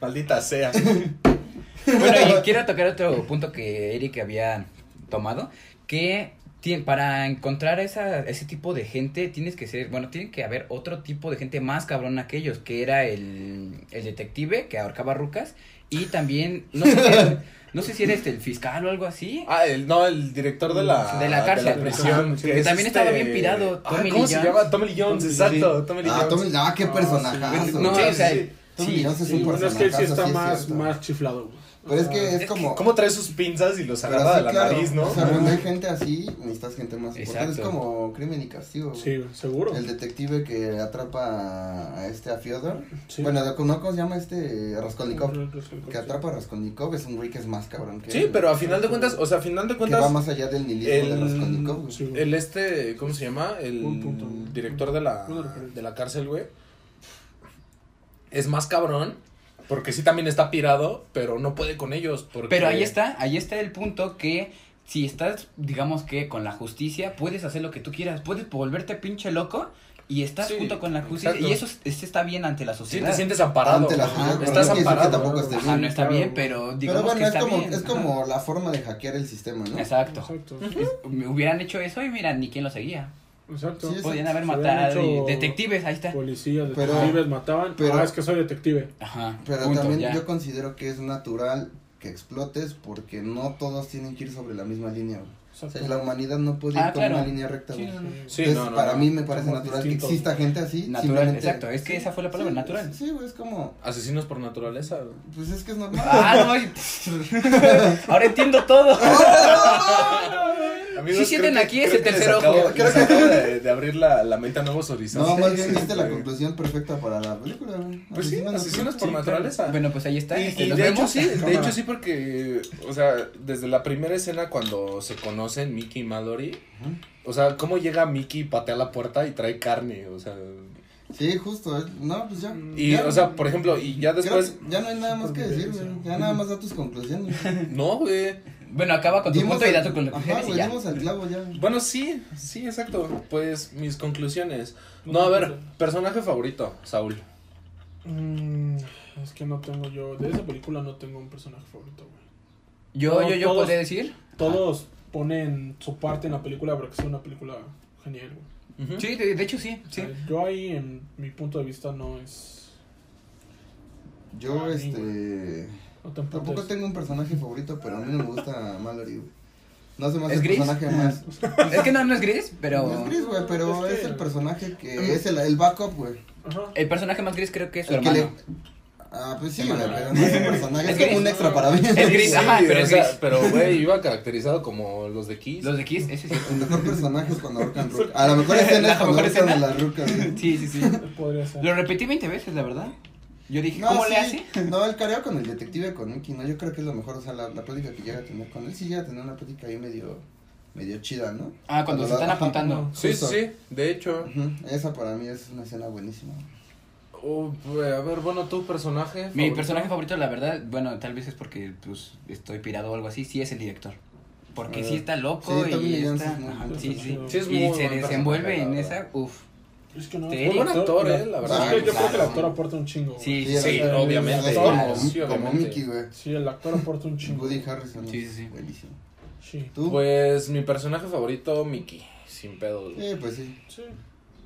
Speaker 1: Maldita sea.
Speaker 3: Bueno, y quiero tocar otro punto que Eric había tomado, que ti- para encontrar a esa, ese tipo de gente tienes que ser, bueno, tiene que haber otro tipo de gente más cabrón que ellos, que era el, el detective que ahorcaba rucas y también, no sé, si era, no sé si era este, el fiscal o algo así.
Speaker 1: Ah, el, no, el director de la,
Speaker 3: De la cárcel.
Speaker 1: prisión.
Speaker 4: Ajá, sí,
Speaker 3: que
Speaker 1: es
Speaker 3: también estaba bien pirado,
Speaker 1: ah,
Speaker 3: Tommy
Speaker 1: ¿Cómo
Speaker 3: Lee
Speaker 1: se
Speaker 3: Jones.
Speaker 1: llama? Tommy Lee Jones,
Speaker 4: Tommy Lee
Speaker 1: exacto. Tommy Lee
Speaker 2: Ah,
Speaker 1: Jones.
Speaker 2: Tommy, ah, qué
Speaker 4: Ah, sí.
Speaker 2: personajazo.
Speaker 3: no,
Speaker 2: güey.
Speaker 3: o sea,
Speaker 1: sí, sí.
Speaker 2: Tommy
Speaker 3: sí,
Speaker 2: Jones es
Speaker 4: Sí,
Speaker 2: Pues un
Speaker 4: bueno, es
Speaker 2: personajazo.
Speaker 4: que él sí está
Speaker 2: es
Speaker 4: más,
Speaker 2: cierto.
Speaker 4: más chiflado, güey.
Speaker 2: Pero es que es como.
Speaker 5: ¿Cómo trae sus pinzas y los
Speaker 2: pero
Speaker 5: agarra
Speaker 2: sí,
Speaker 5: de la
Speaker 2: claro,
Speaker 5: nariz, no?
Speaker 2: O sea, cuando hay gente así, necesitas gente más importante. Es
Speaker 3: Exacto.
Speaker 2: como crimen y castigo. güey.
Speaker 4: Sí, seguro.
Speaker 2: El detective que atrapa a este a Fyodor.
Speaker 4: Sí.
Speaker 2: Bueno, ¿no? ¿cómo se llama este? Raskolnikov.
Speaker 4: Raskolnikov,
Speaker 2: Que
Speaker 4: sí.
Speaker 2: atrapa a Raskolnikov es un güey que es más cabrón que
Speaker 1: Sí,
Speaker 2: él,
Speaker 1: pero a
Speaker 2: güey.
Speaker 1: final de cuentas, o sea, a final de
Speaker 2: Que va
Speaker 1: cuentas,
Speaker 2: más allá del nihilismo de
Speaker 1: el-
Speaker 2: Raskolnikov. güey.
Speaker 4: Sí, güey.
Speaker 1: el este, ¿cómo se llama? El
Speaker 4: Un punto.
Speaker 1: director de la,
Speaker 4: Una referencia.
Speaker 1: de la cárcel, güey. Es más cabrón, porque sí también está pirado, pero no puede con ellos. Porque...
Speaker 3: Pero ahí está, ahí está el punto que si estás, digamos que con la justicia, puedes hacer lo que tú quieras, puedes volverte pinche loco y estás
Speaker 1: Sí,
Speaker 3: junto con la justicia
Speaker 1: exacto.
Speaker 3: y eso es- es- está bien ante la
Speaker 1: pues, Sí,
Speaker 3: sociedad.
Speaker 1: te sientes amparado.
Speaker 2: Ante la
Speaker 1: Ajá,
Speaker 2: sociedad, pero
Speaker 1: Estás
Speaker 2: no quiere decir que
Speaker 1: amparado.
Speaker 2: tampoco esté
Speaker 3: Ajá, no está
Speaker 4: claro,
Speaker 3: bien,
Speaker 4: güey.
Speaker 3: pero digamos
Speaker 2: Pero bueno,
Speaker 3: que
Speaker 2: es
Speaker 3: está
Speaker 2: como,
Speaker 3: bien.
Speaker 2: es
Speaker 3: ajá.
Speaker 2: como la forma de hackear el sistema, ¿no?
Speaker 3: Exacto.
Speaker 4: Exacto.
Speaker 3: Me hubieran hecho eso y mira, ni quién lo seguía.
Speaker 4: Exacto.
Speaker 2: Sí,
Speaker 3: Podían
Speaker 2: se
Speaker 3: haber
Speaker 4: habían
Speaker 3: matado y-
Speaker 4: hecho-
Speaker 3: detectives, ahí está.
Speaker 4: Policías,
Speaker 2: Pero-
Speaker 4: detectives, mataban.
Speaker 2: pero-
Speaker 4: ah, es que soy detective.
Speaker 3: Ajá.
Speaker 2: Pero
Speaker 3: punto,
Speaker 2: también
Speaker 3: ya.
Speaker 2: yo considero que es natural que explotes porque no todos tienen que ir sobre la misma línea. güey. O sea, la humanidad no puede ir
Speaker 3: Ah,
Speaker 2: con
Speaker 3: claro.
Speaker 2: una línea recta.
Speaker 3: Sí,
Speaker 2: güey.
Speaker 3: no, no.
Speaker 1: Sí,
Speaker 2: Entonces,
Speaker 1: no, no,
Speaker 2: para
Speaker 1: no.
Speaker 2: mí me parece
Speaker 4: Somos
Speaker 2: natural
Speaker 4: distintos.
Speaker 2: que exista gente así.
Speaker 3: Natural,
Speaker 2: simplemente-
Speaker 3: exacto. Es que esa fue la palabra,
Speaker 2: Sí,
Speaker 3: natural.
Speaker 2: Sí, güey, es como,
Speaker 1: Asesinos por naturaleza. güey.
Speaker 2: pues es que es normal.
Speaker 3: Ah, no. y- Ahora entiendo todo.
Speaker 1: Amigos,
Speaker 3: Sí sienten
Speaker 1: creo que-
Speaker 3: aquí ese
Speaker 1: creo que les
Speaker 3: tercer
Speaker 1: acabo-
Speaker 3: ojo.
Speaker 1: les acabo de, de abrir la, la mente a nuevos horizontes.
Speaker 2: No, más bien viste la
Speaker 1: Este,
Speaker 2: conclusión perfecta para la película, güey.
Speaker 1: Pues sí,
Speaker 2: Asesinos,
Speaker 1: asesinos por
Speaker 4: Sí, claro.
Speaker 1: naturaleza.
Speaker 3: Bueno, pues ahí está.
Speaker 1: Y-
Speaker 3: este,
Speaker 1: y
Speaker 3: nos
Speaker 1: de hecho
Speaker 3: vemos.
Speaker 1: sí, de hecho sí porque, o sea, desde la primera escena cuando se conocen Mickey y Mallory, o sea, cómo llega Mickey, patea la puerta y trae carne, o sea,
Speaker 2: ¿no? Sí, justo. eh. No, pues ya.
Speaker 1: y,
Speaker 2: ya,
Speaker 1: o sea, por ejemplo, y ya
Speaker 2: creo
Speaker 1: después,
Speaker 2: que ya no hay nada más que decir, güey. Ya nada más da tus conclusiones.
Speaker 1: no, güey,
Speaker 3: Bueno, acaba con tu
Speaker 2: Dimos
Speaker 3: punto y
Speaker 2: al-
Speaker 3: dato con lo que
Speaker 2: Ajá,
Speaker 3: quieres y
Speaker 2: güey,
Speaker 3: ya.
Speaker 2: dimos al clavo ya. güey.
Speaker 1: bueno, sí, sí, exacto, pues, mis conclusiones, no, a ver, personaje favorito, Saúl,
Speaker 4: Mm, es que no tengo yo. De esa película no tengo un personaje favorito, güey.
Speaker 3: Yo,
Speaker 4: No,
Speaker 3: yo, yo
Speaker 4: todos-
Speaker 3: podría decir.
Speaker 4: Todos ponen su parte en la película para que sea una película genial, güey.
Speaker 1: Ujú.
Speaker 3: Sí, de, de hecho sí,
Speaker 4: O
Speaker 3: sí.
Speaker 4: sea, Yo ahí, en mi punto de vista, no es.
Speaker 2: Yo,
Speaker 4: Ah, sí,
Speaker 2: este.
Speaker 4: No tampoco,
Speaker 2: Tampoco
Speaker 4: es-
Speaker 2: tengo un personaje favorito, pero a mí no me gusta Mallory, güey. No se me hace
Speaker 3: ¿Es
Speaker 2: el
Speaker 3: gris?
Speaker 2: personaje más.
Speaker 3: Es que no, no es gris, pero...
Speaker 2: No es gris, güey, pero
Speaker 4: Es
Speaker 2: es,
Speaker 4: que-
Speaker 2: el personaje que es el, el backup, güey.
Speaker 4: Ajá.
Speaker 3: El personaje más gris creo que es su
Speaker 2: El que le.
Speaker 3: hermano.
Speaker 2: Ah, pues sí, güey,
Speaker 3: Hermano.
Speaker 2: pero no es un personaje,
Speaker 3: Es
Speaker 2: es como
Speaker 3: gris.
Speaker 2: un extra para mí.
Speaker 3: Es gris,
Speaker 1: Sí,
Speaker 3: ajá, pero
Speaker 1: o
Speaker 3: es
Speaker 1: sea,
Speaker 3: gris.
Speaker 1: pero, güey, iba caracterizado como los de Kiss,
Speaker 3: Los de Kiss, ese sí.
Speaker 2: El mejor personaje es cuando ahorcan ruca. A lo mejor escena
Speaker 3: La
Speaker 2: es cuando
Speaker 3: mejor
Speaker 2: ahorcan a
Speaker 3: escena.
Speaker 2: la ruca, güey.
Speaker 3: Sí, sí, sí.
Speaker 4: Podría ser.
Speaker 3: Lo repetí 20 veces, la verdad. Yo dije,
Speaker 2: No,
Speaker 3: ¿cómo
Speaker 2: sí,
Speaker 3: le hace?
Speaker 2: No, el careo con el detective, con Mickey, no, yo creo que es lo mejor, o sea, la, la plática que llega a tener con él, sí llega a tener una plática ahí medio, medio chida, ¿no?
Speaker 3: Ah, cuando se
Speaker 2: la-
Speaker 3: están
Speaker 2: ajá,
Speaker 3: apuntando.
Speaker 1: sí,
Speaker 2: justo.
Speaker 1: sí, de hecho,
Speaker 2: Ujú, Esa para mí es una escena buenísima.
Speaker 1: Oh, güey, a ver, bueno, tu personaje
Speaker 3: Mi
Speaker 1: favorito?
Speaker 3: personaje favorito, la verdad, bueno, tal vez es porque pues estoy pirado o algo así, sí es el director. Porque
Speaker 2: Ah,
Speaker 3: sí está loco
Speaker 2: sí,
Speaker 3: y
Speaker 2: también Johnson
Speaker 3: está...
Speaker 2: es muy
Speaker 3: ajá,
Speaker 4: bueno.
Speaker 3: sí, sí.
Speaker 1: Sí, es muy
Speaker 3: y
Speaker 1: buen
Speaker 3: se
Speaker 1: personaje,
Speaker 3: desenvuelve
Speaker 1: la
Speaker 3: en
Speaker 1: verdad.
Speaker 3: esa... Uf.
Speaker 4: Es que no.
Speaker 3: Sí.
Speaker 4: es
Speaker 1: Buen actor, eh, la
Speaker 4: O
Speaker 1: verdad.
Speaker 4: sea, es que yo creo que el
Speaker 3: claro.
Speaker 4: actor aporta un chingo. güey.
Speaker 3: Sí,
Speaker 2: Sí,
Speaker 1: sí,
Speaker 2: la-
Speaker 1: obviamente.
Speaker 2: la- la-
Speaker 3: Claro.
Speaker 2: como-
Speaker 1: Sí,
Speaker 2: Como
Speaker 1: obviamente.
Speaker 2: Mickey, güey.
Speaker 4: Sí, el actor aporta un chingo.
Speaker 2: Woody Harrison.
Speaker 3: Sí,
Speaker 2: es
Speaker 3: sí, sí.
Speaker 2: Buenísimo.
Speaker 4: Sí.
Speaker 2: ¿Tú? Pues...
Speaker 1: Pues mi personaje favorito, Mickey. Sin pedo. güey.
Speaker 2: pues sí.
Speaker 4: Sí.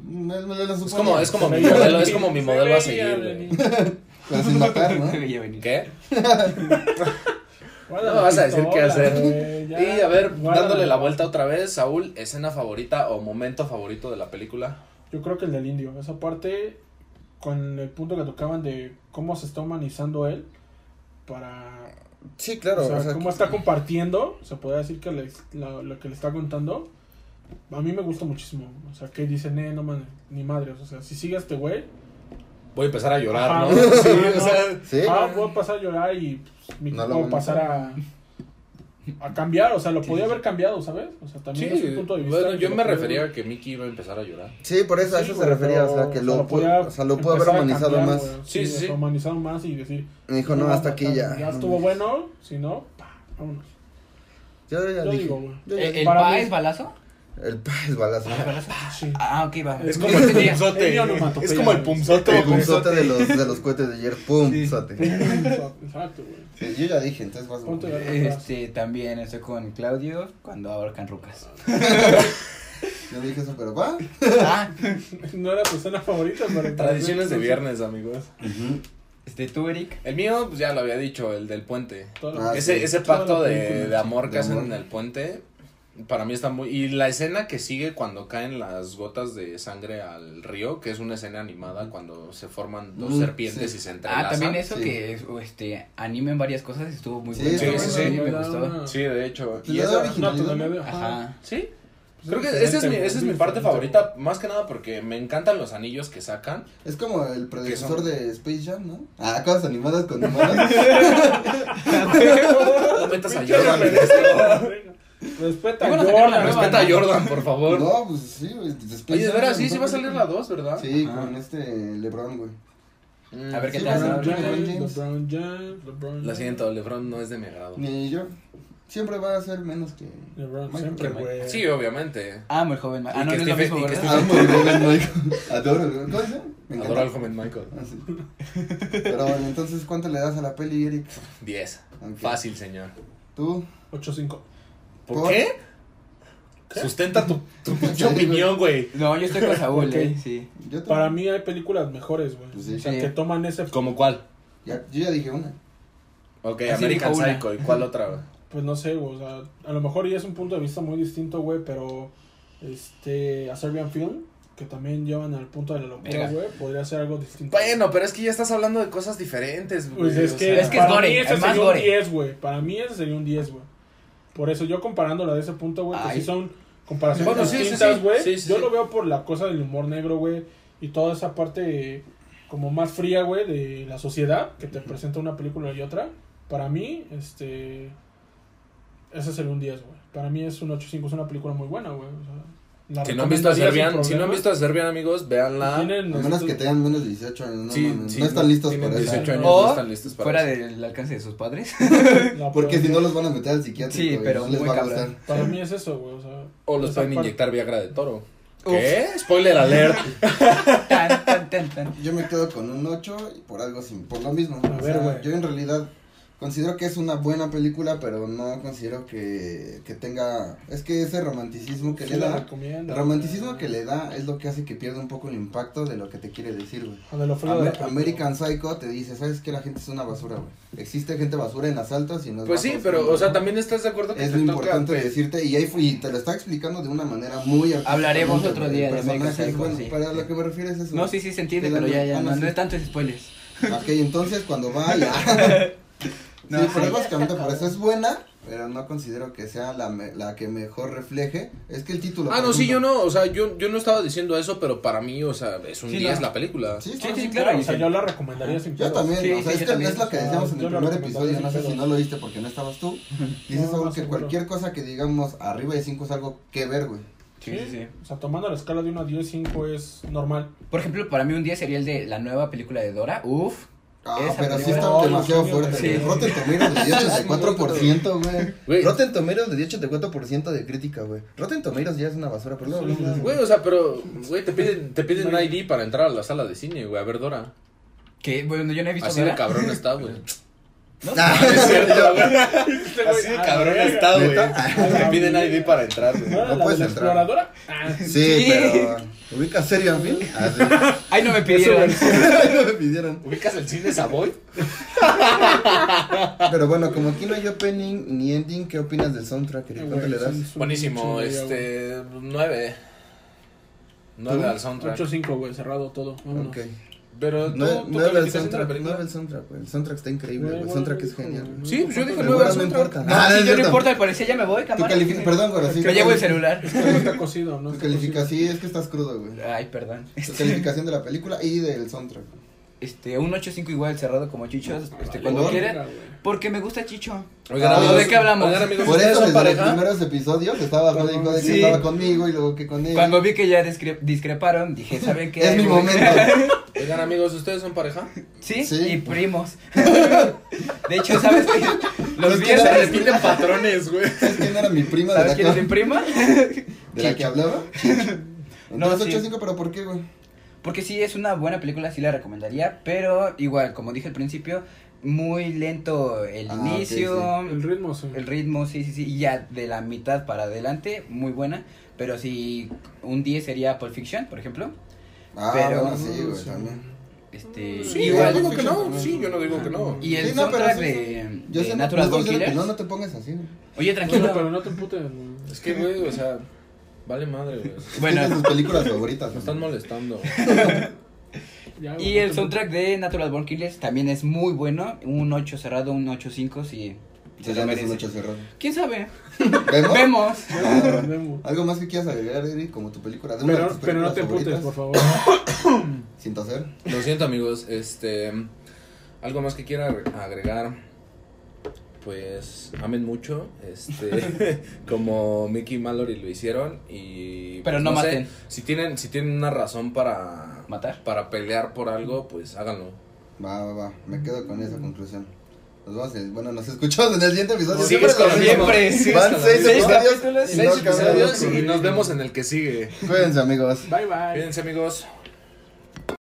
Speaker 2: Me, me lo
Speaker 1: Es
Speaker 2: suponía.
Speaker 1: como, es como mi
Speaker 4: veía
Speaker 1: modelo, es
Speaker 4: venir,
Speaker 1: como mi
Speaker 4: se
Speaker 1: modelo a
Speaker 4: veía
Speaker 1: seguir, güey.
Speaker 4: venir.
Speaker 2: Pero sin matar, ¿no?
Speaker 3: Se veía venir.
Speaker 1: ¿Qué?
Speaker 4: Guarda
Speaker 1: No
Speaker 4: la
Speaker 1: vas a decir qué
Speaker 4: pistola,
Speaker 1: hacer.
Speaker 4: güey, ya.
Speaker 1: Y a ver,
Speaker 4: Guarda
Speaker 1: dándole la vuelta otra vez, Saúl, escena favorita o momento favorito de la película.
Speaker 4: Yo creo que el del indio. Esa parte, con el punto que tocaban de cómo se está humanizando él, para.
Speaker 2: Sí, claro.
Speaker 4: o sea,
Speaker 2: o sea,
Speaker 4: cómo está compartiendo, se puede decir que le- la- lo que le está contando. A mí me gusta muchísimo. O sea, que dicen, eh, no mames, ni madres. O sea, si sigue a este güey,
Speaker 1: Voy a empezar a llorar,
Speaker 4: Ajá.
Speaker 1: ¿no? Sí, o
Speaker 4: Ajá.
Speaker 1: sea,
Speaker 2: Sí.
Speaker 4: ah, voy a pasar a llorar y pues, mi
Speaker 2: No
Speaker 4: no
Speaker 2: lo van a
Speaker 4: pasar a. A cambiar, o sea, lo podía haber cambiado, ¿sabes? O sea, también es
Speaker 1: sí.
Speaker 4: un punto de vista.
Speaker 1: Bueno,
Speaker 4: que
Speaker 1: yo
Speaker 4: lo
Speaker 1: me
Speaker 4: puede-
Speaker 1: refería a que Mickey iba a empezar a llorar.
Speaker 2: Sí, por eso Pues, a
Speaker 4: Sí,
Speaker 2: eso se
Speaker 4: güey,
Speaker 2: refería,
Speaker 4: pero,
Speaker 2: o sea, que lo,
Speaker 4: podía
Speaker 2: pudo, o sea, lo pudo haber
Speaker 4: empezar a
Speaker 2: humanizado
Speaker 4: cambiar,
Speaker 2: más.
Speaker 4: güey,
Speaker 1: Sí, sí,
Speaker 4: o sea,
Speaker 1: sí.
Speaker 4: Humanizado más y decir.
Speaker 2: Me dijo, no,
Speaker 4: vamos
Speaker 2: hasta
Speaker 4: a
Speaker 2: aquí
Speaker 4: matar,
Speaker 2: ya.
Speaker 4: Ya estuvo bueno, si no, pa, vámonos.
Speaker 2: Yo ya
Speaker 4: Yo
Speaker 2: dije.
Speaker 4: digo, güey.
Speaker 2: yo ya
Speaker 3: ¿El,
Speaker 2: dije.
Speaker 3: el
Speaker 4: Para
Speaker 3: pa
Speaker 4: mí-
Speaker 3: es balazo?
Speaker 2: El pa es balazo.
Speaker 4: Sí.
Speaker 3: Ah, ok, va.
Speaker 4: Es
Speaker 5: como el
Speaker 3: Entendía.
Speaker 5: punzote.
Speaker 4: Ella onomatopeya,
Speaker 5: Es como el
Speaker 4: güey.
Speaker 5: punzote.
Speaker 2: El
Speaker 5: güey.
Speaker 2: punzote de los, de los cohetes de ayer. Pum, punzote.
Speaker 4: Exacto, güey.
Speaker 2: Sí, yo ya dije, entonces vas
Speaker 4: Punto
Speaker 2: a...
Speaker 4: de-
Speaker 3: Este, también estoy con Claudio cuando ahorcan rucas.
Speaker 2: Yo dije eso, pero va.
Speaker 3: Ah,
Speaker 4: No era tu escena favorita, pero.
Speaker 1: Tradiciones de viernes, amigos.
Speaker 3: este, tú, Eric.
Speaker 1: El mío, pues ya lo había dicho, el del puente.
Speaker 4: Todo lo-
Speaker 2: Ah,
Speaker 1: Ese,
Speaker 2: sí.
Speaker 1: ese
Speaker 4: Toda la
Speaker 1: pacto de,
Speaker 4: película,
Speaker 1: de amor que
Speaker 2: de
Speaker 1: hacen
Speaker 2: amor.
Speaker 1: en el puente. Para mí está muy... Y la escena que sigue cuando caen las gotas de sangre al río, que es una escena animada cuando se forman dos
Speaker 2: Mm,
Speaker 1: serpientes
Speaker 2: sí.
Speaker 1: y se entrelazan.
Speaker 3: Ah, también eso
Speaker 2: sí.
Speaker 3: que es- o este, animen varias cosas estuvo muy
Speaker 2: Sí,
Speaker 3: bueno.
Speaker 2: estuvo
Speaker 1: Sí, sí,
Speaker 3: a
Speaker 1: bueno.
Speaker 3: mí me
Speaker 4: Le da
Speaker 3: gustó.
Speaker 4: una-
Speaker 1: Sí, de hecho.
Speaker 2: Y
Speaker 1: Y
Speaker 2: le da
Speaker 1: esa-
Speaker 2: original.
Speaker 4: naturalidad, ajá.
Speaker 3: Ajá.
Speaker 1: Sí,
Speaker 4: Pues
Speaker 1: creo que
Speaker 4: es
Speaker 1: esa es mi,
Speaker 4: diferente,
Speaker 1: esa es
Speaker 4: muy
Speaker 1: mi parte
Speaker 4: diferente.
Speaker 1: favorita, más que nada porque me encantan los anillos que sacan.
Speaker 2: Es como el predecesor
Speaker 1: son?
Speaker 2: de Space Jam, ¿no? Ah, cosas animadas con humanos.
Speaker 1: No metas a Jordan en esto.
Speaker 4: Respeta
Speaker 3: Bueno,
Speaker 4: Jordan.
Speaker 3: sacaron la nueva,
Speaker 1: Respeta a Jordan, por favor.
Speaker 2: no, pues sí, güey. de Space
Speaker 1: Oye, de
Speaker 2: Jam,
Speaker 1: veras,
Speaker 2: ¿no?
Speaker 1: sí, sí va a salir la 2, ¿verdad?
Speaker 2: Sí,
Speaker 3: Ajá.
Speaker 2: con este LeBron, güey.
Speaker 1: Mm,
Speaker 3: A ver qué
Speaker 2: Sí,
Speaker 3: tal.
Speaker 2: LeBron Jordan,
Speaker 4: LeBron James,
Speaker 2: James.
Speaker 4: LeBron James, LeBron James.
Speaker 1: Lo siento, LeBron no es de mi agrado.
Speaker 2: Ni yo. Siempre va a ser menos que.
Speaker 4: LeBron
Speaker 2: Michael
Speaker 4: siempre,
Speaker 2: Jordan.
Speaker 4: güey.
Speaker 1: Sí, obviamente.
Speaker 3: Amo el joven. Ma- Ah,
Speaker 1: Y
Speaker 3: no,
Speaker 1: que
Speaker 3: no es lo
Speaker 1: Stephen-
Speaker 3: mismo,
Speaker 1: y que
Speaker 3: ¿verdad?
Speaker 1: Stephen-
Speaker 2: Amo el joven Michael. Adoro el joven. ¿Cómo se llama? Me encanta.
Speaker 1: Adoro al joven Michael.
Speaker 2: Ah, sí. Pero bueno, entonces, ¿cuánto le das a la peli, Eric?
Speaker 1: 10.
Speaker 2: Ok.
Speaker 1: Fácil, señor.
Speaker 2: ¿Tú?
Speaker 4: 8-5.
Speaker 1: ¿Por
Speaker 2: ¿Por?
Speaker 1: qué? Sustenta tu, tu pinche opinión, güey.
Speaker 3: No, yo estoy con Saúl,
Speaker 4: Ok.
Speaker 3: eh, sí.
Speaker 2: Yo te-
Speaker 4: Para mí hay películas mejores, güey.
Speaker 2: Pues sí.
Speaker 4: O sea,
Speaker 3: Sí.
Speaker 4: que toman ese.
Speaker 1: ¿Como cuál?
Speaker 2: Ya- yo ya dije una.
Speaker 1: Ok,
Speaker 3: Así
Speaker 1: American
Speaker 3: dijo una.
Speaker 1: Psycho. ¿Y cuál otra? güey?
Speaker 4: Pues no sé, güey. O sea, a lo mejor y es un punto de vista muy distinto, güey. Pero. Este. A Serbian Film. Que también llevan al punto de la locura,
Speaker 3: Verga.
Speaker 4: güey. Podría ser algo distinto.
Speaker 1: Bueno, pero es que ya estás hablando de cosas diferentes, güey.
Speaker 4: Pues es
Speaker 1: o
Speaker 4: que,
Speaker 1: sea.
Speaker 3: es que es
Speaker 4: para
Speaker 3: gore,
Speaker 4: mí ese
Speaker 3: es más
Speaker 4: sería
Speaker 3: gore.
Speaker 4: un 10, güey. Para mí ese sería un 10, güey. Por eso yo comparándola de ese punto, güey, que
Speaker 3: Ay.
Speaker 4: sí son comparaciones
Speaker 1: Bueno, sí, sí,
Speaker 4: distintas,
Speaker 1: sí.
Speaker 4: güey.
Speaker 1: Sí, sí,
Speaker 4: yo
Speaker 1: sí.
Speaker 4: lo veo por la cosa del humor negro, güey, y toda esa parte como más fría, güey, de la sociedad que te presenta una película y otra. Para mí, este ese sería un 10, güey. Para mí es un 8.5, es una película muy buena, güey. O sea, la
Speaker 1: Si no, han visto a
Speaker 4: recomendaría sin
Speaker 1: Serbian, si no han
Speaker 4: problema. Pues
Speaker 1: visto a Serbian, amigos, véanla.
Speaker 4: Tienen- este,
Speaker 2: A menos que tengan menos de 18 años. No,
Speaker 1: Sí,
Speaker 2: mames,
Speaker 1: sí,
Speaker 2: no están listos
Speaker 1: tienen
Speaker 2: para eso.
Speaker 1: 18 años,
Speaker 3: O
Speaker 1: no están listos para
Speaker 3: Fuera
Speaker 1: eso.
Speaker 3: del alcance de sus padres.
Speaker 4: la
Speaker 2: Porque si
Speaker 4: peor-
Speaker 2: no los van a meter al psiquiátrico.
Speaker 3: Sí,
Speaker 2: y
Speaker 3: pero
Speaker 2: no les
Speaker 3: muy
Speaker 2: va a
Speaker 3: cabrón.
Speaker 2: gustar.
Speaker 4: Para mí es eso, güey. O sea,
Speaker 1: O los
Speaker 4: esa
Speaker 1: pueden
Speaker 4: parte-
Speaker 1: inyectar Viagra de toro. ¿Qué? Spoiler alert.
Speaker 3: Tan, tan, tan, tan.
Speaker 2: Yo me quedo con un 8 y por algo sin, por lo mismo.
Speaker 4: A
Speaker 2: O
Speaker 4: ver,
Speaker 2: sea,
Speaker 4: güey.
Speaker 2: yo en realidad considero que es una buena película, pero no considero que, que tenga, es que ese romanticismo que
Speaker 4: sí
Speaker 2: le
Speaker 4: la
Speaker 2: da,
Speaker 4: recomiendo,
Speaker 2: el romanticismo
Speaker 4: güey.
Speaker 2: que le da es lo que hace que pierda un poco el impacto de lo que te quiere decir, güey.
Speaker 4: O de lo frío de la
Speaker 2: Amer-
Speaker 4: película.
Speaker 2: American Psycho te dice, ¿sabes que La gente es una basura, güey. Existe gente basura en las altas y no es
Speaker 1: Pues
Speaker 2: bajo
Speaker 1: sí,
Speaker 2: oscuro,
Speaker 1: pero, o sea,
Speaker 2: ¿no?
Speaker 1: también estás de acuerdo que
Speaker 2: Es
Speaker 1: te
Speaker 2: lo
Speaker 1: toca-
Speaker 2: importante decirte y, ahí fue- y te lo está explicando de una manera muy artística,
Speaker 3: Hablaremos
Speaker 2: ¿no?
Speaker 3: otro
Speaker 2: El
Speaker 3: día de
Speaker 2: personaje,
Speaker 3: American Psycho,
Speaker 2: bueno,
Speaker 3: sí.
Speaker 2: Para lo que me refieres es eso.
Speaker 3: No, sí, sí se entiende,
Speaker 2: Sí,
Speaker 3: pero
Speaker 2: dale,
Speaker 3: ya, ya,
Speaker 2: ah, no,
Speaker 3: no, no
Speaker 2: sí.
Speaker 3: es tanto spoilers.
Speaker 2: Ok, entonces cuando vaya.
Speaker 3: No,
Speaker 2: sí,
Speaker 3: sí.
Speaker 2: pero es básicamente por eso es buena, pero no considero que sea la, me- la que mejor refleje. Es que el título.
Speaker 1: Ah,
Speaker 2: por
Speaker 1: no, sí, yo
Speaker 2: ejemplo,
Speaker 1: no, o sea, yo, yo no estaba diciendo eso, pero para mí, o sea, es un
Speaker 3: Sí,
Speaker 1: 10
Speaker 3: no.
Speaker 1: la película.
Speaker 2: Sí,
Speaker 3: Sí,
Speaker 2: sí,
Speaker 3: sí,
Speaker 2: sí.
Speaker 3: claro.
Speaker 4: O sea, yo la recomendaría sin
Speaker 2: Yo
Speaker 4: pedos.
Speaker 2: también,
Speaker 3: Sí,
Speaker 2: o sea,
Speaker 3: sí,
Speaker 2: es,
Speaker 3: yo
Speaker 2: que
Speaker 3: también.
Speaker 2: es lo que
Speaker 4: O sea,
Speaker 2: decíamos en
Speaker 4: yo
Speaker 2: el
Speaker 4: la
Speaker 2: primer
Speaker 4: recomendaría
Speaker 2: episodio, no sé
Speaker 4: sin
Speaker 2: si no
Speaker 4: pedos.
Speaker 2: lo oíste porque no estabas tú. Dices
Speaker 4: No,
Speaker 2: algo
Speaker 4: no,
Speaker 2: que
Speaker 4: seguro.
Speaker 2: cualquier cosa que digamos arriba de 5 es algo que ver, güey.
Speaker 4: Sí, O sea, tomando la escala de 1 a 10, 5 es normal.
Speaker 3: Por ejemplo, para mí un día sería el de la nueva película de Dora. Uf.
Speaker 2: Ah,
Speaker 3: Esa
Speaker 2: pero sí
Speaker 3: película-
Speaker 2: está
Speaker 4: No,
Speaker 2: demasiado
Speaker 4: no,
Speaker 2: fuerte.
Speaker 3: sí.
Speaker 2: güey. Rotten Tomatoes de 84%,
Speaker 1: Güey.
Speaker 2: güey. Rotten Tomatoes de 84% de crítica, güey. Rotten Tomatoes ya es una basura, pero luego hablamos de eso.
Speaker 1: Güey, o sea, pero, güey, te piden, te piden un ID para entrar a la sala de cine, güey, a ver Dora.
Speaker 3: Que, bueno, yo no he visto
Speaker 1: Así
Speaker 3: Dora.
Speaker 1: de cabrón está, güey. Ah,
Speaker 3: ¿No?
Speaker 1: Es cierto, Este güey. Ah, Así
Speaker 4: Así
Speaker 1: de cabrón está, güey. Te piden ID para entrar, güey.
Speaker 4: ¿No
Speaker 2: No
Speaker 4: era la de
Speaker 2: puedes
Speaker 4: la
Speaker 2: entrar.
Speaker 4: exploradora? Ah,
Speaker 2: Sí,
Speaker 3: Sí.
Speaker 2: pero. ¿Ubicas serio en fin? Ah, sí.
Speaker 3: Ay, no me pidieron.
Speaker 2: No me pidieron.
Speaker 1: ¿Ubicas el cine Savoy?
Speaker 2: Pero bueno, como aquí no hay opening ni ending, ¿qué opinas del soundtrack? Eric? ¿Cuánto
Speaker 4: güey,
Speaker 2: le das?
Speaker 4: son- son
Speaker 1: Buenísimo,
Speaker 4: chingonería, güey.
Speaker 1: este, 9. 9
Speaker 2: ¿Tú?
Speaker 1: al soundtrack.
Speaker 4: 8-5, güey, cerrado todo. Vámonos.
Speaker 2: Ok.
Speaker 1: Pero tú,
Speaker 2: No,
Speaker 1: tú
Speaker 2: no habla
Speaker 1: calificación de la
Speaker 2: del soundtrack. No
Speaker 1: película.
Speaker 2: habla del soundtrack, güey. El soundtrack está increíble, güey. El
Speaker 4: Güey,
Speaker 2: soundtrack
Speaker 4: güey,
Speaker 2: es genial,
Speaker 4: güey.
Speaker 3: Mm,
Speaker 2: güey.
Speaker 1: Sí, pues yo dije
Speaker 4: Pero
Speaker 1: nueve al
Speaker 2: bueno, no importa.
Speaker 1: soundtrack.
Speaker 2: Ah,
Speaker 3: No,
Speaker 2: es
Speaker 3: sí, yo no
Speaker 2: cierto.
Speaker 3: importa, al parecer ya me voy,
Speaker 2: Tu
Speaker 3: cámara.
Speaker 2: calific- Perdón, güey. sí,
Speaker 3: Me llevo el
Speaker 2: tu
Speaker 3: celular.
Speaker 4: Es que no está cocido,
Speaker 2: calific-
Speaker 4: ¿no?
Speaker 2: Tu
Speaker 4: está cocido.
Speaker 2: calificación, sí, es que estás crudo, güey.
Speaker 3: Ay, perdón.
Speaker 2: Tu calificación de la película y del soundtrack.
Speaker 3: Este, un 8.5 igual cerrado como Chicho. Este,
Speaker 1: vale,
Speaker 3: cuando
Speaker 2: ¿por?
Speaker 3: quieran.
Speaker 4: Venga, güey.
Speaker 3: Porque me gusta Chicho.
Speaker 1: Oigan,
Speaker 2: Ah,
Speaker 1: amigos,
Speaker 2: ¿de
Speaker 3: qué hablamos?
Speaker 1: Oigan, amigos,
Speaker 2: Por
Speaker 1: ¿ustedes
Speaker 2: eso,
Speaker 1: son
Speaker 2: desde los
Speaker 1: pareja?
Speaker 2: primeros episodios estaba Rodrigo de que
Speaker 3: Sí.
Speaker 2: estaba conmigo y luego que con él.
Speaker 3: Cuando vi que ya discre- discreparon, dije, ¿saben qué?
Speaker 2: Es mi momento.
Speaker 1: Oigan, amigos, ¿ustedes son pareja?
Speaker 3: ¿Sí?
Speaker 2: Sí.
Speaker 3: y primos. De hecho, ¿sabes qué? Los
Speaker 2: Es que no
Speaker 3: viernes.
Speaker 2: repite. repiten
Speaker 1: patrones, güey.
Speaker 2: ¿Sabes quién era mi prima de
Speaker 3: ¿Sabes
Speaker 2: la,
Speaker 3: quién es mi
Speaker 2: que,
Speaker 3: prima?
Speaker 2: de la que hablaba?
Speaker 3: No,
Speaker 2: Entonces
Speaker 3: sí.
Speaker 2: 8-5, pero ¿por qué, güey?
Speaker 3: Porque sí, es una buena película, sí la recomendaría, pero igual, como dije al principio, muy lento el
Speaker 2: Ah,
Speaker 3: inicio,
Speaker 4: El ritmo, sí.
Speaker 3: el ritmo, sí, sí, sí, y ya de la mitad para adelante, muy buena, pero si un 10 sería Pulp Fiction, por ejemplo,
Speaker 2: Ah,
Speaker 3: Pero-
Speaker 2: bueno, sí, güey,
Speaker 4: Sí.
Speaker 2: también.
Speaker 3: Este,
Speaker 1: Mm. Sí,
Speaker 3: igual.
Speaker 1: yo no digo que no. Sí, yo no digo que no.
Speaker 3: Y el
Speaker 2: Sí, no, pero
Speaker 3: soundtrack
Speaker 2: sí,
Speaker 3: de,
Speaker 2: Yo
Speaker 3: de
Speaker 2: sé, no,
Speaker 3: Natural
Speaker 2: no,
Speaker 3: Born
Speaker 2: yo sé que
Speaker 3: Killers.
Speaker 2: no, no te pongas así. güey.
Speaker 3: Oye,
Speaker 4: Bueno,
Speaker 3: tranquilo.
Speaker 4: pero no te emputes. güey.
Speaker 1: Es que, güey, o sea, vale madre, güey.
Speaker 3: Bueno,
Speaker 2: Tienes tus películas favoritas.
Speaker 1: Me están molestando.
Speaker 4: Ya, güey,
Speaker 3: Y
Speaker 4: no
Speaker 3: el
Speaker 4: te
Speaker 3: soundtrack de Natural Born Killers también es muy bueno. Un 8 cerrado, un 8.5 si se lo merece.
Speaker 2: mucho cerrado.
Speaker 3: ¿Quién sabe?
Speaker 2: ¿Vemos?
Speaker 3: Vemos.
Speaker 4: emputes. Vemos.
Speaker 2: ¿Algo más que quieras agregar, Eric, como tu película? de una de
Speaker 4: Pero,
Speaker 2: tus
Speaker 4: pero no te
Speaker 2: películas
Speaker 4: emputes, por
Speaker 2: favoritas?
Speaker 4: favor.
Speaker 2: Sin toser.
Speaker 1: Lo siento, amigos. Este. Algo más que quiera agregar. Pues amen mucho, este, como Mickey y Mallory lo hicieron y
Speaker 3: Pero
Speaker 1: pues,
Speaker 3: no
Speaker 1: sé,
Speaker 3: maten.
Speaker 1: si tienen, si tienen una razón para
Speaker 3: ¿Matar?
Speaker 1: para pelear por algo, pues háganlo.
Speaker 2: Va, va, va. Me quedo con esa conclusión. Nos vamos en- bueno, nos escuchamos en el siguiente episodio.
Speaker 1: Sigues con lo mismo. Sigues
Speaker 2: Van
Speaker 1: con lo
Speaker 2: seis
Speaker 1: mismo.
Speaker 2: episodios.
Speaker 3: capítulos,
Speaker 2: y
Speaker 1: Seis
Speaker 2: no cambiamos.
Speaker 1: episodios y nos vemos en el que sigue.
Speaker 2: Cuídense, amigos.
Speaker 4: Bye, bye.
Speaker 1: Cuídense amigos.